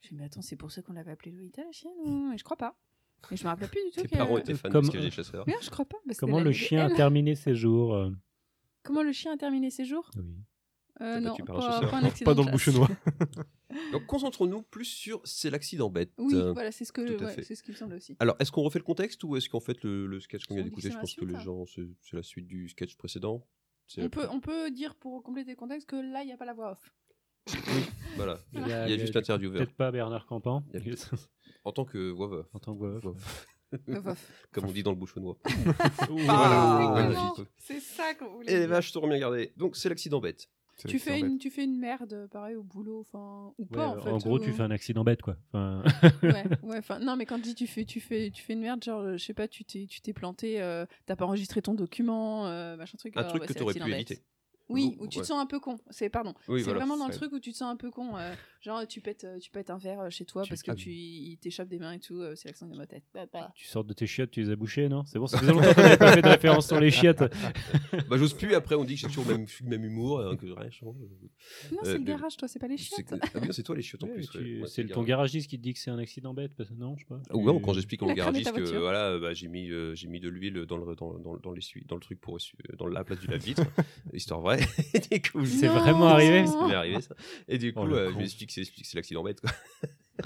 Speaker 8: suis dit, mais attends, c'est pour ça qu'on l'avait appelée Lolita la chienne ou- Et je crois pas. Mais je me rappelais plus du tout.
Speaker 7: Tes
Speaker 8: que-
Speaker 7: parents étaient fans
Speaker 9: Comme-
Speaker 7: de ce que j'ai fait
Speaker 8: Non, je crois pas. bah, c'était
Speaker 9: Comment
Speaker 8: la-
Speaker 9: le chien a
Speaker 8: elle.
Speaker 9: terminé ses jours euh,
Speaker 8: Comment le chien a terminé ses jours
Speaker 9: Oui.
Speaker 8: Euh,
Speaker 7: T'as
Speaker 8: non,
Speaker 7: battu
Speaker 8: pas,
Speaker 7: par un chasseur.
Speaker 8: pas un accident de chasse.
Speaker 7: Donc concentrons-nous plus sur c'est l'accident bête.
Speaker 8: Oui,
Speaker 7: Euh,
Speaker 8: voilà, c'est ce que
Speaker 7: tout à
Speaker 8: ouais,
Speaker 7: fait.
Speaker 8: c'est ce qui me semble aussi.
Speaker 7: Alors, est-ce qu'on refait le contexte ou est-ce qu'en fait le, le sketch qu'on
Speaker 8: On
Speaker 7: vient
Speaker 8: dit que
Speaker 7: d'écouter,
Speaker 8: c'est
Speaker 7: je
Speaker 8: la
Speaker 7: pense que les
Speaker 8: suite,
Speaker 7: gens, c'est c'est la suite du sketch précédent C'est la
Speaker 8: On peut,
Speaker 7: plupart-
Speaker 8: on peut dire pour compléter le contexte que là, il n'y a pas la voix off.
Speaker 7: Voilà, il y
Speaker 8: Ah.
Speaker 7: a,
Speaker 9: il y a
Speaker 7: juste
Speaker 9: du-
Speaker 7: l'intervieweur.
Speaker 9: Peut-être pas Bernard Campan.
Speaker 7: Il y a- En tant que voix
Speaker 9: En tant que voix
Speaker 7: Comme on dit dans le bouchonnois.
Speaker 8: Voilà.
Speaker 7: Magnifique.
Speaker 8: Ah, C'est ça qu'on voulait
Speaker 7: Et les
Speaker 8: dire.
Speaker 7: vaches, t'aurais bien gardé. Donc, c'est l'accident bête.
Speaker 8: Tu fais, une, tu fais une merde, pareil, au boulot, enfin, ou
Speaker 9: Ouais,
Speaker 8: pas, en fait. euh,
Speaker 9: gros, tu
Speaker 8: ou-
Speaker 9: fais un accident bête, quoi. Enfin,
Speaker 8: ouais, ouais, enfin, non, mais quand je dis tu fais, tu fais, tu fais une merde, genre, euh, je sais pas, tu t'es, tu t'es planté, euh, t'as pas enregistré ton document, euh, machin truc.
Speaker 7: Un
Speaker 8: ah,
Speaker 7: truc
Speaker 8: bah,
Speaker 7: que
Speaker 8: c'est
Speaker 7: t'aurais pu
Speaker 8: l'accident bête.
Speaker 7: éviter.
Speaker 8: Oui,
Speaker 7: Ou-
Speaker 8: où tu
Speaker 7: ouais.
Speaker 8: te sens un peu con. C'est pardon.
Speaker 7: Oui,
Speaker 8: c'est
Speaker 7: voilà.
Speaker 8: vraiment dans le
Speaker 7: Ouais.
Speaker 8: truc où tu te sens un peu con. euh, genre tu pètes, euh, tu pètes un verre euh, chez toi parce que
Speaker 9: Ah oui.
Speaker 8: tu il t'échappe des mains et tout. euh, c'est l'accident de ma tête. Bah,
Speaker 7: Ah.
Speaker 8: bah.
Speaker 9: tu sortes de tes chiottes, tu les as bouchées, non C'est bon, ça faisait longtemps qu'on n'avait pas fait de référence sur les chiottes.
Speaker 7: bah, j'ose plus. Après, on dit que j'ai toujours le même, le même humour. hein, que rien change.
Speaker 8: Non, c'est
Speaker 7: Euh,
Speaker 8: le
Speaker 7: mais-
Speaker 8: garage, toi, c'est pas les chiottes.
Speaker 7: c'est- Ah oui, c'est toi les chiottes en
Speaker 9: Ouais,
Speaker 7: plus.
Speaker 9: tu-
Speaker 7: ouais. Ouais,
Speaker 9: c'est
Speaker 7: le
Speaker 9: ton
Speaker 7: garage.
Speaker 9: garagiste qui te dit que c'est un accident bête, parce que non, je sais pas.
Speaker 7: Ah Ouais,
Speaker 9: tu-
Speaker 7: quand j'explique au
Speaker 9: La crème est
Speaker 7: garagiste
Speaker 9: ta
Speaker 7: que
Speaker 9: voiture.
Speaker 7: voilà, euh, bah, j'ai mis, euh, j'ai mis de l'huile dans le, dans, dans, dans l'essuie- dans le truc pour essuyer, dans la place de la vitre, histoire vraie. Et du coup,
Speaker 9: C'est Non. vraiment arrivé
Speaker 7: Ça m'est arrivé ça. Et du coup,
Speaker 9: Oh, le
Speaker 7: euh, je
Speaker 9: con.
Speaker 7: lui explique, c'est, explique- c'est l'accident bête quoi.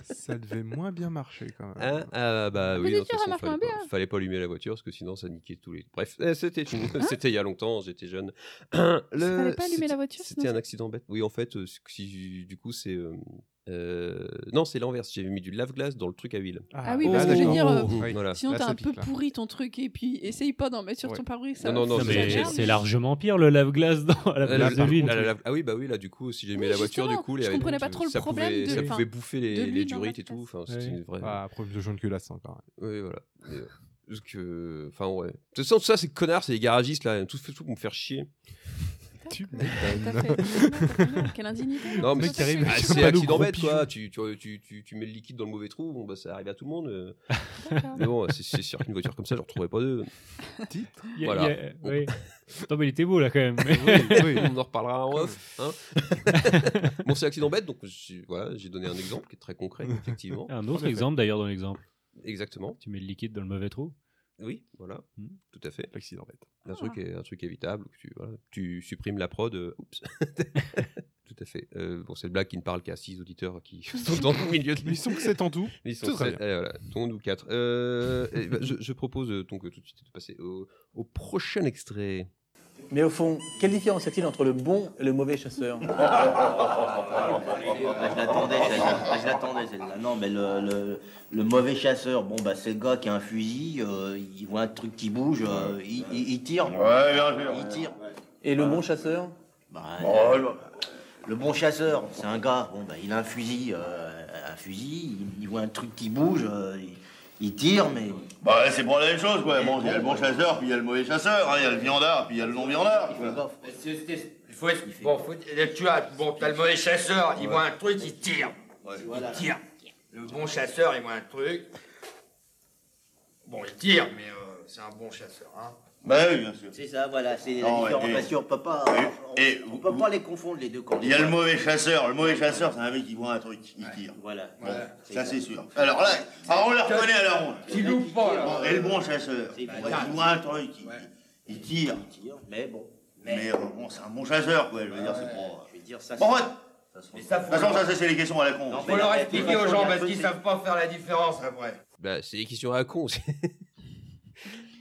Speaker 10: Ça devait moins bien marcher quand même.
Speaker 7: Hein ah bah
Speaker 10: La
Speaker 7: oui, non, de toute
Speaker 10: voiture,
Speaker 7: façon,
Speaker 10: elle marche
Speaker 7: fallait,
Speaker 10: moins
Speaker 7: pas,
Speaker 10: bien.
Speaker 7: fallait pas allumer la voiture parce que sinon ça niquait tous les. Bref, eh, c'était, une- c'était il y a longtemps, j'étais jeune.
Speaker 8: Hein fallait pas allumer
Speaker 7: c'était-
Speaker 8: la voiture, sinon
Speaker 7: C'était un
Speaker 8: ça-
Speaker 7: accident bête. Oui, en fait, euh, si- du coup, c'est. euh, euh, non, c'est l'inverse. J'avais mis du lave-glace dans le truc à huile.
Speaker 8: Ah, oui, parce que je veux dire, euh,
Speaker 7: Oh, Voilà.
Speaker 8: sinon
Speaker 7: Là,
Speaker 8: t'as
Speaker 7: ça
Speaker 8: un peu
Speaker 7: pique, là.
Speaker 8: pourri ton truc et puis essaye pas d'en mettre sur
Speaker 7: Ouais.
Speaker 8: ton pare-brise.
Speaker 7: Non, non, non,
Speaker 9: Non,
Speaker 7: c'est-
Speaker 9: mais
Speaker 7: c'est-
Speaker 9: c'est largement pire le lave-glace dans la
Speaker 7: Là,
Speaker 9: place de
Speaker 7: par
Speaker 9: l'huile.
Speaker 7: contre, là, là, là, ah oui, bah oui, là, du coup, si j'aimais
Speaker 8: Oui,
Speaker 7: la voiture, du
Speaker 8: justement,
Speaker 7: coup, les-
Speaker 8: je comprenais pas trop le
Speaker 7: ça
Speaker 8: problème
Speaker 7: pouvait,
Speaker 8: de-
Speaker 7: ça
Speaker 8: enfin,
Speaker 7: pouvait bouffer
Speaker 8: de
Speaker 7: les, les
Speaker 8: l'huile dans
Speaker 7: durites et tout. Enfin, c'était
Speaker 10: Ouais.
Speaker 7: une vraie.
Speaker 10: Ah, problème de jaune que là, c'est encore.
Speaker 7: Oui, voilà. Et, euh, parce que, enfin, ouais. De toute façon, tout ça, c'est connards, c'est les garagistes, là, tout, tout pour me faire chier.
Speaker 10: Tu
Speaker 8: Quelle indignité.
Speaker 7: Non, mais
Speaker 10: Mec qui arrive
Speaker 7: ah,
Speaker 10: avec un
Speaker 7: c'est
Speaker 10: panneau
Speaker 7: accident
Speaker 10: gros
Speaker 7: bête, quoi.
Speaker 10: pigeon.
Speaker 7: Tu, tu, tu, tu, tu mets le liquide dans le mauvais trou, bon, bah, ça arrive à tout le monde. euh. Mais bon, c'est- c'est sûr qu'une voiture comme ça, je ne retrouverais pas deux.
Speaker 10: Titre
Speaker 9: Il y a-
Speaker 7: euh, Voilà.
Speaker 9: il y a- ouais. Attends, mais il était beau là quand même.
Speaker 7: on en reparlera en off. hein. bon, c'est accident bête, donc j'ai- voilà, j'ai donné un exemple qui est très concret, effectivement.
Speaker 9: Un autre exemple d'ailleurs dans l'exemple.
Speaker 7: Exactement.
Speaker 9: Tu mets le liquide dans le mauvais trou. Hmm.
Speaker 7: Oui, voilà, tout à fait.
Speaker 10: L'accident bête.
Speaker 7: Un truc, est- un truc évitable, que tu, voilà, tu supprimes la prod, euh, oups. tout à fait. Euh, bon, cette blague qui ne parle qu'à 6 auditeurs qui sont dans le milieu de
Speaker 10: Ils sont que sept en tout.
Speaker 7: Ils sont
Speaker 10: Tout très
Speaker 7: sept,
Speaker 10: bien.
Speaker 7: eh, voilà, dont nous quatre. Euh, eh ben, je, je propose euh, donc euh, tout de suite de passer au, au prochain extrait.
Speaker 13: Mais au fond, quelle différence y a-t-il entre le bon et le mauvais chasseur
Speaker 16: Ah, je l'attendais, celle-là. Ah, je l'attendais, celle-là. Non, mais le, le- le mauvais chasseur, bon, bah, c'est le gars qui a un fusil, euh, il voit un truc qui bouge, euh, il, il- il tire.
Speaker 2: Ouais, bien sûr.
Speaker 16: Il tire.
Speaker 13: Et le bon chasseur
Speaker 16: Bah,
Speaker 2: Oh,
Speaker 16: euh, le bon chasseur, c'est un gars, bon, bah, il a un fusil, euh, un fusil, il, il voit un truc qui bouge, euh, il, il tire, mais.
Speaker 2: Bah, c'est pour la même chose, quoi. Bon, il y a le bon chasseur, puis il y a le mauvais chasseur, hein, il y a le viandard, puis il y a le non-viandard. quoi.
Speaker 11: Il faut être- Bon, faut... euh, tu as, bon, t'as le mauvais chasseur, il voit un truc, il tire. Il tire. Le bon chasseur, il voit un truc. Bon, il tire, mais euh, c'est un bon chasseur. Hein.
Speaker 2: Bah oui, bien sûr.
Speaker 16: C'est ça, voilà, c'est la
Speaker 2: Non,
Speaker 16: différence.
Speaker 2: et-
Speaker 16: Parce qu'on peut pas, on, on peut pas les confondre, les deux quand
Speaker 2: Il y a le mauvais chasseur. Le mauvais chasseur, c'est un mec qui voit un truc, il tire.
Speaker 16: Voilà.
Speaker 2: Bon, ça, c'est sûr. Alors là, alors on le reconnaît à la ronde.
Speaker 16: Qui loupe pas, là.
Speaker 2: Bon, Et le bon chasseur.
Speaker 16: C'est
Speaker 2: Il
Speaker 16: vrai.
Speaker 2: voit un truc, il- il tire.
Speaker 16: Mais bon.
Speaker 2: Mais euh, bon, c'est un bon chasseur, quoi. Je veux dire, c'est pour.
Speaker 16: Je veux dire, ça.
Speaker 2: Bon,
Speaker 16: c'est-
Speaker 2: ouais.
Speaker 16: Mais
Speaker 2: De toute façon, ça, c'est- c'est les questions à la con.
Speaker 16: Non,
Speaker 11: Faut leur expliquer aux gens parce qu'ils savent pas faire la différence après.
Speaker 7: Bah, c'est des questions à la con. c'est-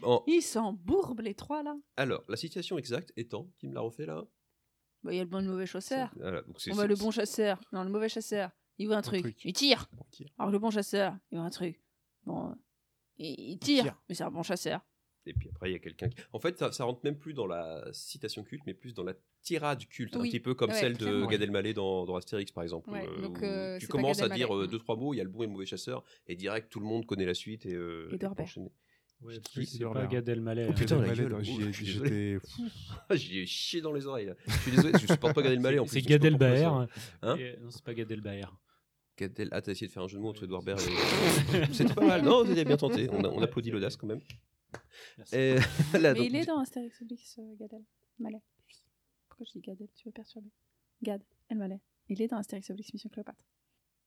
Speaker 7: Bon,
Speaker 8: Ils s'embourbent les trois là.
Speaker 7: alors, la citation exacte étant, qui me l'a refait là
Speaker 8: Bah, Il y a le bon et le mauvais chasseur.
Speaker 7: Voilà, donc c'est-
Speaker 8: On va
Speaker 7: c'est-
Speaker 8: le bon chasseur. Non, le mauvais chasseur, il voit un, truc. Il tire. Alors que le bon chasseur, il voit un truc. Bon, euh, il, il tire, mais c'est un bon chasseur.
Speaker 7: Et puis après, il y a quelqu'un qui. En fait, ça, ça rentre même plus dans la citation culte, mais plus dans la tirade culte, un
Speaker 8: Oui.
Speaker 7: petit peu comme
Speaker 8: Ouais,
Speaker 7: celle de
Speaker 8: clairement.
Speaker 7: Gad Elmaleh dans, dans Astérix, par exemple.
Speaker 8: Ouais,
Speaker 7: où,
Speaker 8: donc,
Speaker 7: où
Speaker 8: euh, c'est
Speaker 7: tu
Speaker 8: pas
Speaker 7: commences
Speaker 8: Gad
Speaker 7: à dire
Speaker 8: Elmaleh.
Speaker 7: euh, deux, trois mots, il y a le bon et le mauvais chasseur, et direct, tout le monde connaît la suite. Et, euh,
Speaker 8: Et Dorbert.
Speaker 7: enchaîné.
Speaker 9: Ouais,
Speaker 7: Qui-
Speaker 9: plus, c'est
Speaker 7: Dorbert.
Speaker 9: pas Gad Elmaleh,
Speaker 7: Oh,
Speaker 9: hein.
Speaker 7: putain, la
Speaker 9: Gad
Speaker 7: gueule.
Speaker 9: Elmaleh,
Speaker 7: Ouh, je
Speaker 9: j'ai-
Speaker 7: suis désolé.
Speaker 9: j'étais
Speaker 7: J'ai chié dans les oreilles. là. Je suis désolé, je supporte pas Gad Elmaleh en
Speaker 9: C'est-
Speaker 7: plus.
Speaker 9: C'est Gad
Speaker 7: je sais pas pourquoi
Speaker 9: Elbaer.
Speaker 7: ça. Hein
Speaker 9: Et- Non, c'est pas Gad Elbaer.
Speaker 7: Gad El- Ah, t'as essayé de faire un jeu de mots entre Edouard Baird et. C'était pas mal. Non, vous avez bien tenté. On, a- on applaudit l'audace quand même. Et
Speaker 8: mais
Speaker 7: là, donc,
Speaker 8: il est dans Astérix Obélix, euh, Gad Elmaleh. Pourquoi je dis Gad El- Tu veux perturber. Gad Elmaleh. Il est dans Astérix Obélix Mission Cléopâtre.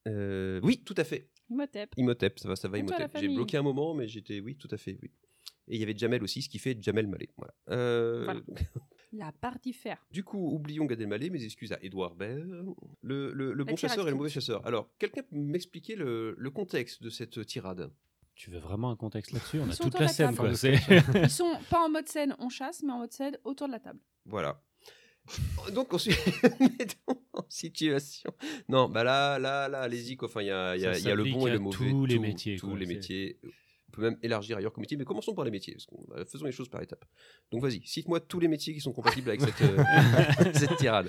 Speaker 7: euh, oui, tout à fait.
Speaker 8: Imhotep.
Speaker 7: Imhotep, ça va, ça va,
Speaker 8: Et toi, la
Speaker 7: Imhotep. J'ai
Speaker 8: famille.
Speaker 7: bloqué un moment, mais j'étais, oui, tout à fait, oui. Et il y avait Jamel aussi, ce qui fait Jamel Malé. Voilà. Euh,
Speaker 8: Voilà. La part diffère.
Speaker 7: Du coup, oublions Gad Elmaleh, mes excuses à Edouard Baird, le, le-
Speaker 8: La
Speaker 7: le bon chasseur
Speaker 8: tirade
Speaker 7: et le
Speaker 8: culte.
Speaker 7: mauvais chasseur. Alors, quelqu'un peut m'expliquer le, le contexte de cette tirade
Speaker 9: Tu veux vraiment un contexte là-dessus hein. On
Speaker 8: Ils
Speaker 9: a
Speaker 8: sont
Speaker 9: toute
Speaker 8: autour
Speaker 9: la
Speaker 8: de la
Speaker 9: scène,
Speaker 8: table.
Speaker 9: quoi. c'est-
Speaker 8: Ils sont pas en mode scène, on chasse, mais en mode scène autour de la table.
Speaker 7: Voilà. Oh, Donc, on se mettons en situation. Non, bah là, là, là, allez-y. quoi. Enfin, il y a, il y a-
Speaker 9: Ça
Speaker 7: il y a le bon
Speaker 9: s'applique
Speaker 7: et le
Speaker 9: à
Speaker 7: mauvais.
Speaker 9: tous les
Speaker 7: tout-
Speaker 9: métiers,
Speaker 7: Tous
Speaker 9: quoi,
Speaker 7: les
Speaker 9: c'est-
Speaker 7: métiers. On peut même élargir ailleurs comme métier, mais commençons par les métiers. Parce qu'on- euh, faisons les choses par étapes. Donc, vas-y, cite-moi tous les métiers qui sont compatibles avec cette, euh, cette tirade.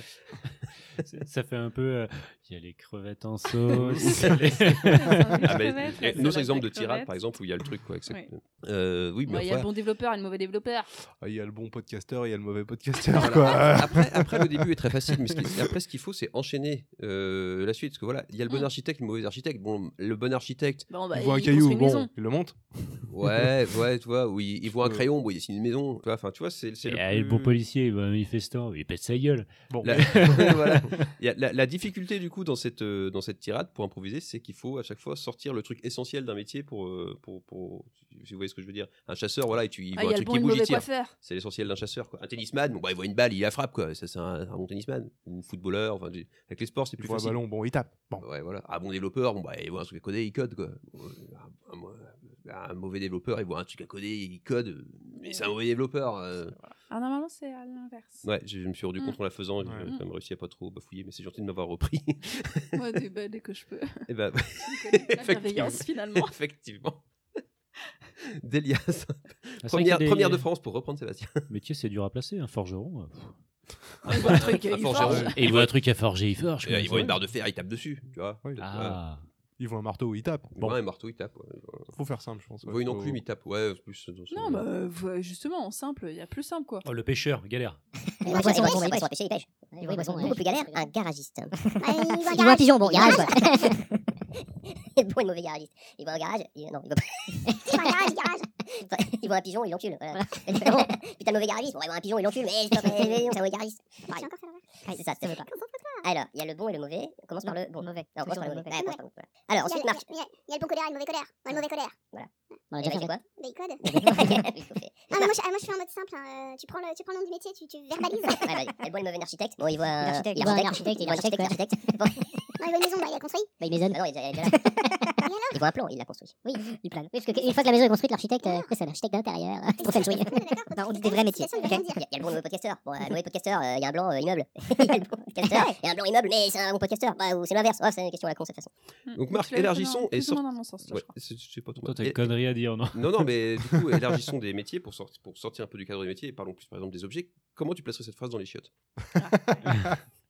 Speaker 9: c'est- Ça fait un peu. euh, Il y a les crevettes en sauce.
Speaker 7: Ah,
Speaker 9: il y a les-
Speaker 7: mais, eh, nos exemples de tirades, par exemple, où il y a le truc. Quoi, avec cette-
Speaker 8: Ouais.
Speaker 7: Euh, oui,
Speaker 8: Bon,
Speaker 7: mais
Speaker 8: Il y a le
Speaker 7: enfin-
Speaker 8: bon développeur et le mauvais développeur.
Speaker 10: Ah, Il y a le bon podcasteur, il y a le mauvais podcasteur.
Speaker 7: Voilà.
Speaker 10: quoi.
Speaker 7: Après, après, le début est très facile, mais ce qui- après, ce qu'il faut, c'est enchaîner euh, la suite. Parce que voilà, il y a le bon architecte, le mauvais architecte. Bon, le bon architecte.
Speaker 8: Mm. Bon, bah,
Speaker 10: il voit un
Speaker 8: il
Speaker 10: caillou,
Speaker 8: construit une
Speaker 10: bon,
Speaker 8: maison.
Speaker 10: il le monte.
Speaker 7: Ouais, ouais, tu vois, ou il, il voit un crayon, bon, il dessine une maison. Tu vois, enfin, tu vois, c'est c'est
Speaker 9: Et,
Speaker 7: le.
Speaker 9: ah, et le
Speaker 7: plus-
Speaker 9: bon policier, il va manifestant, il pète sa gueule. Bon.
Speaker 7: La, voilà. Il y a la- la difficulté du coup dans cette, euh, dans cette tirade pour improviser, c'est qu'il faut à chaque fois sortir le truc essentiel d'un métier pour, euh, pour, pour- si vous voyez ce que je veux dire. Un chasseur, voilà, et tu, il
Speaker 8: Ah,
Speaker 7: voit
Speaker 8: il y
Speaker 7: un
Speaker 8: a le
Speaker 7: truc
Speaker 8: bon et
Speaker 7: qui
Speaker 8: le
Speaker 7: bouge, il
Speaker 8: mauvais
Speaker 7: tire.
Speaker 8: coiffeur.
Speaker 7: C'est l'essentiel d'un chasseur. Quoi. Un tennisman, bon, bah, il voit une balle, il la frappe, quoi. Ça, c'est un, un bon tennisman. Ou footballeur, enfin, du- avec les sports, c'est plus
Speaker 10: voit un
Speaker 7: facile.
Speaker 10: ballon, bon, il tape.
Speaker 7: Ouais, voilà. Un bon développeur, bon, bah, il voit un truc à coder, il code, quoi. Un, un- un mauvais développeur, il voit un truc à coder, il code, mais c'est un mauvais développeur. euh.
Speaker 8: Ah, normalement, c'est à l'inverse.
Speaker 7: Ouais, je, je me suis rendu compte
Speaker 8: Mm.
Speaker 7: en la faisant, j'ai
Speaker 8: Ouais.
Speaker 7: quand même réussi à pas trop bafouiller, mais c'est gentil de m'avoir repris.
Speaker 8: Moi, des bas, dès que je peux.
Speaker 7: Et ben,
Speaker 8: Tu me connais, la bienveillance, finalement.
Speaker 7: Effectivement. Délias.
Speaker 9: Ah, c'est vrai
Speaker 7: Première,
Speaker 9: qu'il y a des-
Speaker 7: première de France pour reprendre Sébastien.
Speaker 9: Métier, c'est dur à placer, un forgeron. euh, pff.
Speaker 17: Ah,
Speaker 7: Il voit un truc, il forge.
Speaker 9: Et il voit un truc à forger, il forge.
Speaker 7: Et
Speaker 9: quoi,
Speaker 7: Euh, il
Speaker 9: c'est
Speaker 7: voit une
Speaker 9: vrai.
Speaker 7: barre de fer, il tape dessus, tu vois.
Speaker 9: Ah.
Speaker 10: Il voit un marteau, il tape.
Speaker 7: Il
Speaker 10: Bon,
Speaker 7: voit un marteau, il tape. ouais.
Speaker 10: faut faire simple, je pense.
Speaker 7: Il
Speaker 10: ouais,
Speaker 7: voit une
Speaker 10: faut-
Speaker 7: enclume, il tape. Ouais, c'est plus. dans ce-
Speaker 8: Non, bah, euh, ouais, justement, en simple, il y a plus simple, quoi.
Speaker 9: Oh, le pêcheur, galère.
Speaker 17: Ils sont ils sont- ils sont pêchés, ils pêchent. Ils Ah, voient une boisson beaucoup plus galère, un garagiste. Il voit un
Speaker 12: garage.
Speaker 17: pigeon, bon, il
Speaker 12: Garage.
Speaker 17: garage. quoi. Il voit une mauvaise garagiste. Il voit un garage, il... non, il voit pas. Il voit un garage, garage. Il voit un pigeon, il l'encule. Voilà. Évidemment. Putain, mauvais garagiste. Bon, il voit un pigeon, il l'encule. Mais stop, eh, mais non, c'est un mauvais garagiste.
Speaker 18: Bah,
Speaker 17: Pareil. Ah, c'est ça, c'est ça. Alors, il y a le bon et le mauvais. On commence Ah, par le bon. Mauvais. Non, on commence par le mauvais. Ouais, on commence par le mauvais. Voilà. Alors, ensuite, Marc.
Speaker 18: Il y a le bon colère et le mauvais colère. Ouais, le mauvais colère.
Speaker 17: Voilà.
Speaker 18: On a déjà fait
Speaker 17: quoi
Speaker 18: Des codes.
Speaker 17: Non,
Speaker 18: non, mais moi, je, ah, moi, je fais en mode simple. hein, euh, Tu, prends le, tu prends le nom du métier, tu, tu verbalises.
Speaker 17: Ouais, vas-y. Elle voit le mauvais architecte. Bon, il voit. euh,
Speaker 18: L'architecte,
Speaker 17: il
Speaker 18: il voit un
Speaker 17: architecte, il voit un
Speaker 18: architecte,
Speaker 17: architecte,
Speaker 18: il voit un
Speaker 17: architecte.
Speaker 18: non, il veut une maison, bah, il a construit.
Speaker 17: Bah, il maisonne. Ah non, il est déjà là. Il voit un plan, il l'a construit.
Speaker 18: Oui,
Speaker 17: il plane.
Speaker 18: Oui,
Speaker 17: parce
Speaker 18: qu'une
Speaker 17: fois que la maison est construite, l'architecte, c'est l'architecte d'intérieur. Trop feng shui.
Speaker 18: Ah, Non, on dit des vrais métiers.
Speaker 17: Il y a il y a le bon mauvais podcasteur. Bon, euh, mauvais podcasteur, euh, il y a un blanc euh, immeuble. Il y a le bon podcasteur, il y a un blanc immeuble, mais c'est un bon podcasteur. Bah, ou c'est l'inverse. Ouais, c'est une question à la con, de toute façon.
Speaker 7: Donc Marc,
Speaker 17: l'as eu
Speaker 7: élargissons
Speaker 17: dans-
Speaker 7: et
Speaker 17: plus ou
Speaker 7: sort-
Speaker 17: moins dans mon sens, là,
Speaker 7: Ouais,
Speaker 17: je crois.
Speaker 7: c'est- je sais pas trop.
Speaker 9: Toi, t'as
Speaker 7: Et-
Speaker 9: une connerie à dire, non
Speaker 7: Non, non, mais du coup, élargissons des métiers pour, sorti- pour sortir un peu du cadre des métiers et parlons plus, par exemple, des objets. Comment tu placerais cette phrase dans les chiottes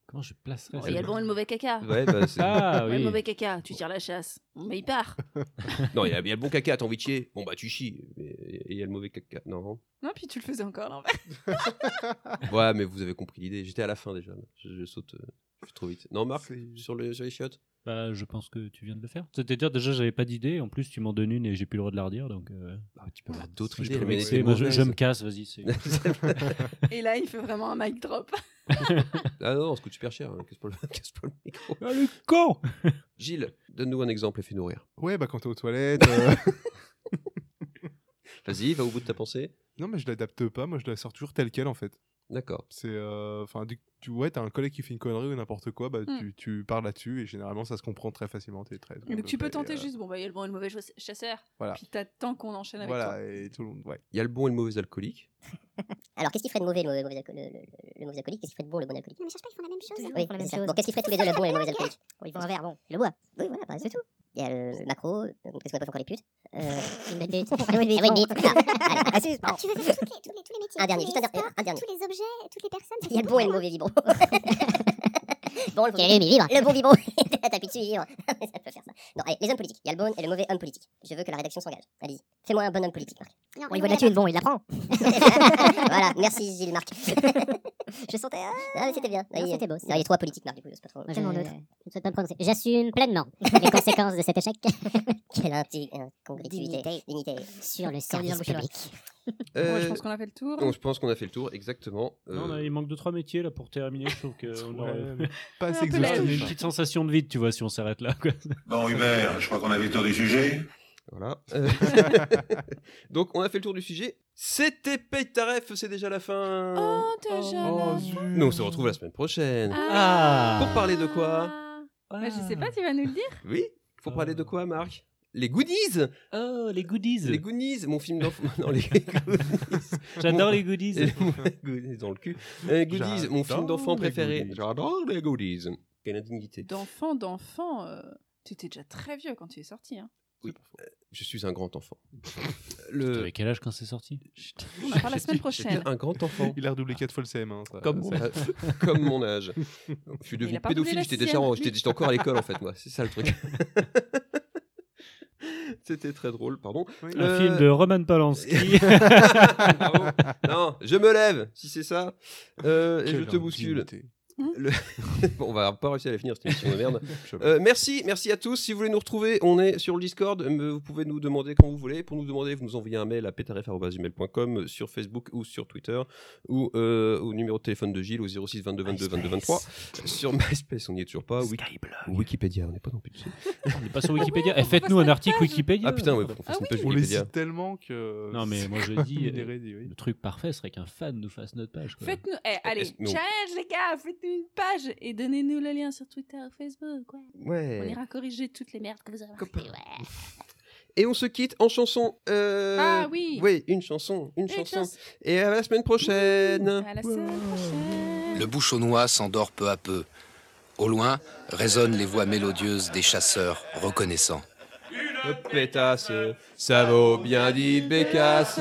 Speaker 9: Comment je placerais
Speaker 12: Il y a le bon et le mauvais caca.
Speaker 7: Ouais, bah, c'est- Ah,
Speaker 12: Ouais,
Speaker 7: oui.
Speaker 12: Le mauvais caca, tu tires la chasse. Mais il part.
Speaker 7: Non, il y, a il y a le bon caca, t'as envie de chier. Bon, bah, tu chies. Mais- Et il y a le mauvais caca. Non.
Speaker 3: Non, puis tu le faisais encore à l'envers.
Speaker 7: Ouais, mais vous avez compris l'idée. J'étais à la fin déjà. là. Je, je saute. euh, Je fais trop vite. Non, Marc, sur, le, sur les chiottes
Speaker 9: Bah, je pense que tu viens de le faire. C'est-à-dire, déjà, j'avais pas d'idée. En plus, tu m'en donnes une et j'ai plus le droit de la redire. Donc, euh,
Speaker 7: Bah, tu peux d'autres
Speaker 9: je
Speaker 7: idées,
Speaker 9: peux
Speaker 7: mais
Speaker 9: laisser.
Speaker 7: des
Speaker 9: Moi, je,
Speaker 7: mauvaises.
Speaker 9: je me casse, vas-y. c'est-
Speaker 3: Et là, il fait vraiment un mic drop.
Speaker 7: Ah non, non, ça coûte super cher. hein. Casse pas le, casse pas le micro.
Speaker 9: Ah, le con
Speaker 7: Gilles, donne-nous un exemple et fais-nous rire.
Speaker 10: Ouais, bah quand t'es aux toilettes. euh,
Speaker 7: Vas-y, va au bout de ta pensée.
Speaker 10: Non, mais je l'adapte pas, moi je la sors toujours telle quelle en fait.
Speaker 7: D'accord.
Speaker 10: C'est. euh, Enfin, dès que tu ouais, t'as un collègue qui fait une connerie ou n'importe quoi, bah
Speaker 3: Mm.
Speaker 10: tu, tu parles là-dessus et généralement ça se comprend très facilement. T'es très.
Speaker 3: Donc tu peux
Speaker 10: et,
Speaker 3: tenter
Speaker 10: euh,
Speaker 3: juste, bon, bah, il y a le bon et le mauvais chasse- chasseur.
Speaker 10: Voilà.
Speaker 3: Puis t'attends qu'on enchaîne avec toi.
Speaker 10: Voilà, et tout le monde. Ouais.
Speaker 7: Il y a le bon et le mauvais alcoolique.
Speaker 17: Alors, qu'est-ce qu'il ferait de mauvais, le mauvais, alco- le, le- le- le mauvais alcoolique Qu'est-ce qu'il ferait de bon, le bon alcoolique
Speaker 18: Non, mais cherche pas, ils font hein. la même chose. Oh,
Speaker 17: Oui, c'est ça. Bon, qu'est-ce qu'ils feraient tous les deux, le bon et le mauvais alcoolique Ils vont un verre, bon. Le bois. Oui, voilà, par exemple. C'est tout. Il y a le le macro, euh, qu'est-ce qu'on appelle encore les putes Euh, Une belle bite. Ah oui, une
Speaker 18: Ah oui, une
Speaker 17: bite.
Speaker 18: bite.
Speaker 17: Ah, allez, assise.
Speaker 18: Ah, tu veux faire tous les, tous les, tous les métiers.
Speaker 17: Un dernier,
Speaker 18: tous
Speaker 17: juste un
Speaker 18: les
Speaker 17: dernier,
Speaker 18: stars,
Speaker 17: un dernier.
Speaker 18: Tous les objets, toutes les personnes.
Speaker 17: Il y a le bon et le mauvais vibro. bon, le, bon
Speaker 18: Quel est le vivre
Speaker 17: le bon vibro. T'appuies dessus, vivre. hein. ça peut faire ça. Non, allez, les hommes politiques. Il y a le bon et le mauvais homme politique. Je veux que la rédaction s'engage. Allez, fais-moi un bon homme politique, Marc.
Speaker 18: Non,
Speaker 17: Bon,
Speaker 18: le
Speaker 17: il voit de
Speaker 18: bon
Speaker 17: la thune,
Speaker 18: là-bas.
Speaker 17: bon, il la prend. voilà, merci Gilles, Marc. je sentais. Ah, mais c'était bien.
Speaker 18: Non,
Speaker 17: Oui,
Speaker 18: c'était
Speaker 17: euh,
Speaker 18: beau,
Speaker 17: non, il est trop politique, Marc, du coup, c'est pas trop. Euh,
Speaker 18: Tellement neutre.
Speaker 17: Je
Speaker 18: ne souhaite pas me prononcer. J'assume pleinement les conséquences de cet échec.
Speaker 17: Quelle inti- incongruité.
Speaker 18: Dignité.
Speaker 17: Dignité.
Speaker 18: Sur le
Speaker 17: service
Speaker 18: service public.
Speaker 7: Euh,
Speaker 3: je pense qu'on a fait le tour.
Speaker 7: Donc, je pense qu'on a fait le tour, exactement. Euh,
Speaker 9: Non, là, il manque deux trois métiers là pour terminer. Je trouve qu'on aurait
Speaker 10: mais pas
Speaker 9: assez exhaustif. Une petite sensation de vide, tu vois, si on s'arrête là. quoi.
Speaker 19: Bon, Hubert, je crois qu'on a fait le tour du sujet.
Speaker 7: Voilà. Euh, Donc, on a fait le tour du sujet. C'était Paytaref, c'est déjà la fin.
Speaker 3: Oh, déjà là.
Speaker 7: Nous, on se retrouve la semaine prochaine.
Speaker 3: Ah.
Speaker 7: Pour parler de quoi
Speaker 3: Bah, je sais pas, tu vas nous le dire
Speaker 7: Oui Pour parler de quoi, Marc Les goodies
Speaker 9: Oh, les goodies
Speaker 7: Les goodies Mon film d'enfant. Non, les goodies.
Speaker 9: J'adore
Speaker 7: Mon-
Speaker 9: les goodies.
Speaker 7: Goodies dans le cul. Euh, goodies, mon film
Speaker 9: J'adore
Speaker 7: d'enfant
Speaker 9: les
Speaker 7: préféré.
Speaker 9: goodies.
Speaker 7: J'adore les goodies. Quelle indignité.
Speaker 3: D'enfant, d'enfant, euh, tu étais déjà très vieux quand tu es sorti. Hein.
Speaker 7: Oui, euh, je suis un grand enfant.
Speaker 9: T'avais quel âge quand c'est sorti
Speaker 3: On en parle la semaine prochaine.
Speaker 7: J'étais un grand enfant.
Speaker 10: Il a redoublé quatre fois le CM. hein, ça-
Speaker 7: Comme mon,
Speaker 10: ça-
Speaker 7: âge, comme mon âge. Je suis
Speaker 10: Il
Speaker 7: devenu
Speaker 10: a pas voulu
Speaker 7: pédophile,
Speaker 10: la
Speaker 7: j'étais déjà
Speaker 10: sienne.
Speaker 7: en- j'étais j'étais encore à l'école en fait, moi. C'est ça le truc. C'était très drôle, pardon.
Speaker 9: Un film de Roman Polanski.
Speaker 7: Bravo. Non, je me lève, si c'est ça. Euh, et je
Speaker 10: Quelle
Speaker 7: te bouscule.
Speaker 10: indignité.
Speaker 3: Hein
Speaker 7: Le- bon, on va pas réussir à la finir cette émission de merde. Euh, merci, merci à tous. Si vous voulez nous retrouver, on est sur le Discord. Euh, Vous pouvez nous demander quand vous voulez. Pour nous demander, vous nous envoyez un mail à pétaref.com euh, sur Facebook ou sur Twitter ou euh, au numéro de téléphone de Gilles au 06 22 22 22 23. Sur MySpace, on n'y est toujours pas. Wiki- Wikipédia, on n'est pas non plus dessus.
Speaker 9: On n'est pas sur Wikipédia. Eh, Faites-nous un article Wikipédia.
Speaker 7: Ah putain, ouais, faut qu'on fasse une page
Speaker 10: On les
Speaker 7: Wikipédia.
Speaker 10: cite tellement que.
Speaker 9: Non, mais moi je
Speaker 10: c'est
Speaker 9: dis, euh,
Speaker 10: minéré, oui.
Speaker 9: le truc parfait serait qu'un fan nous fasse notre page. quoi.
Speaker 3: Faites-nous, eh, allez,
Speaker 9: Est-ce- non.
Speaker 3: challenge les gars, faites-nous une page et donnez-nous le lien sur Twitter ou Facebook. Ouais.
Speaker 7: Ouais.
Speaker 3: On ira corriger toutes les merdes que vous avez remarquées. Ouais.
Speaker 7: Et on se quitte en chanson. Euh,
Speaker 3: Ah oui.
Speaker 7: Oui, une chanson, une,
Speaker 3: Une
Speaker 7: chanson.
Speaker 3: chanson.
Speaker 7: Et à la semaine prochaine.
Speaker 3: À la semaine prochaine.
Speaker 5: Le bouchonnois s'endort peu à peu. Au loin résonnent les voix mélodieuses des chasseurs reconnaissants.
Speaker 7: Une pétasse, ça vaut bien dit bécasse.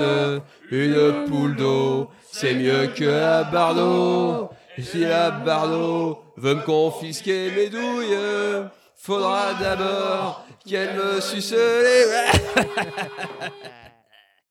Speaker 7: Une poule d'eau, c'est mieux que la bardo. Si la bardo veut me confisquer mes douilles, faudra d'abord qu'elle me suce les...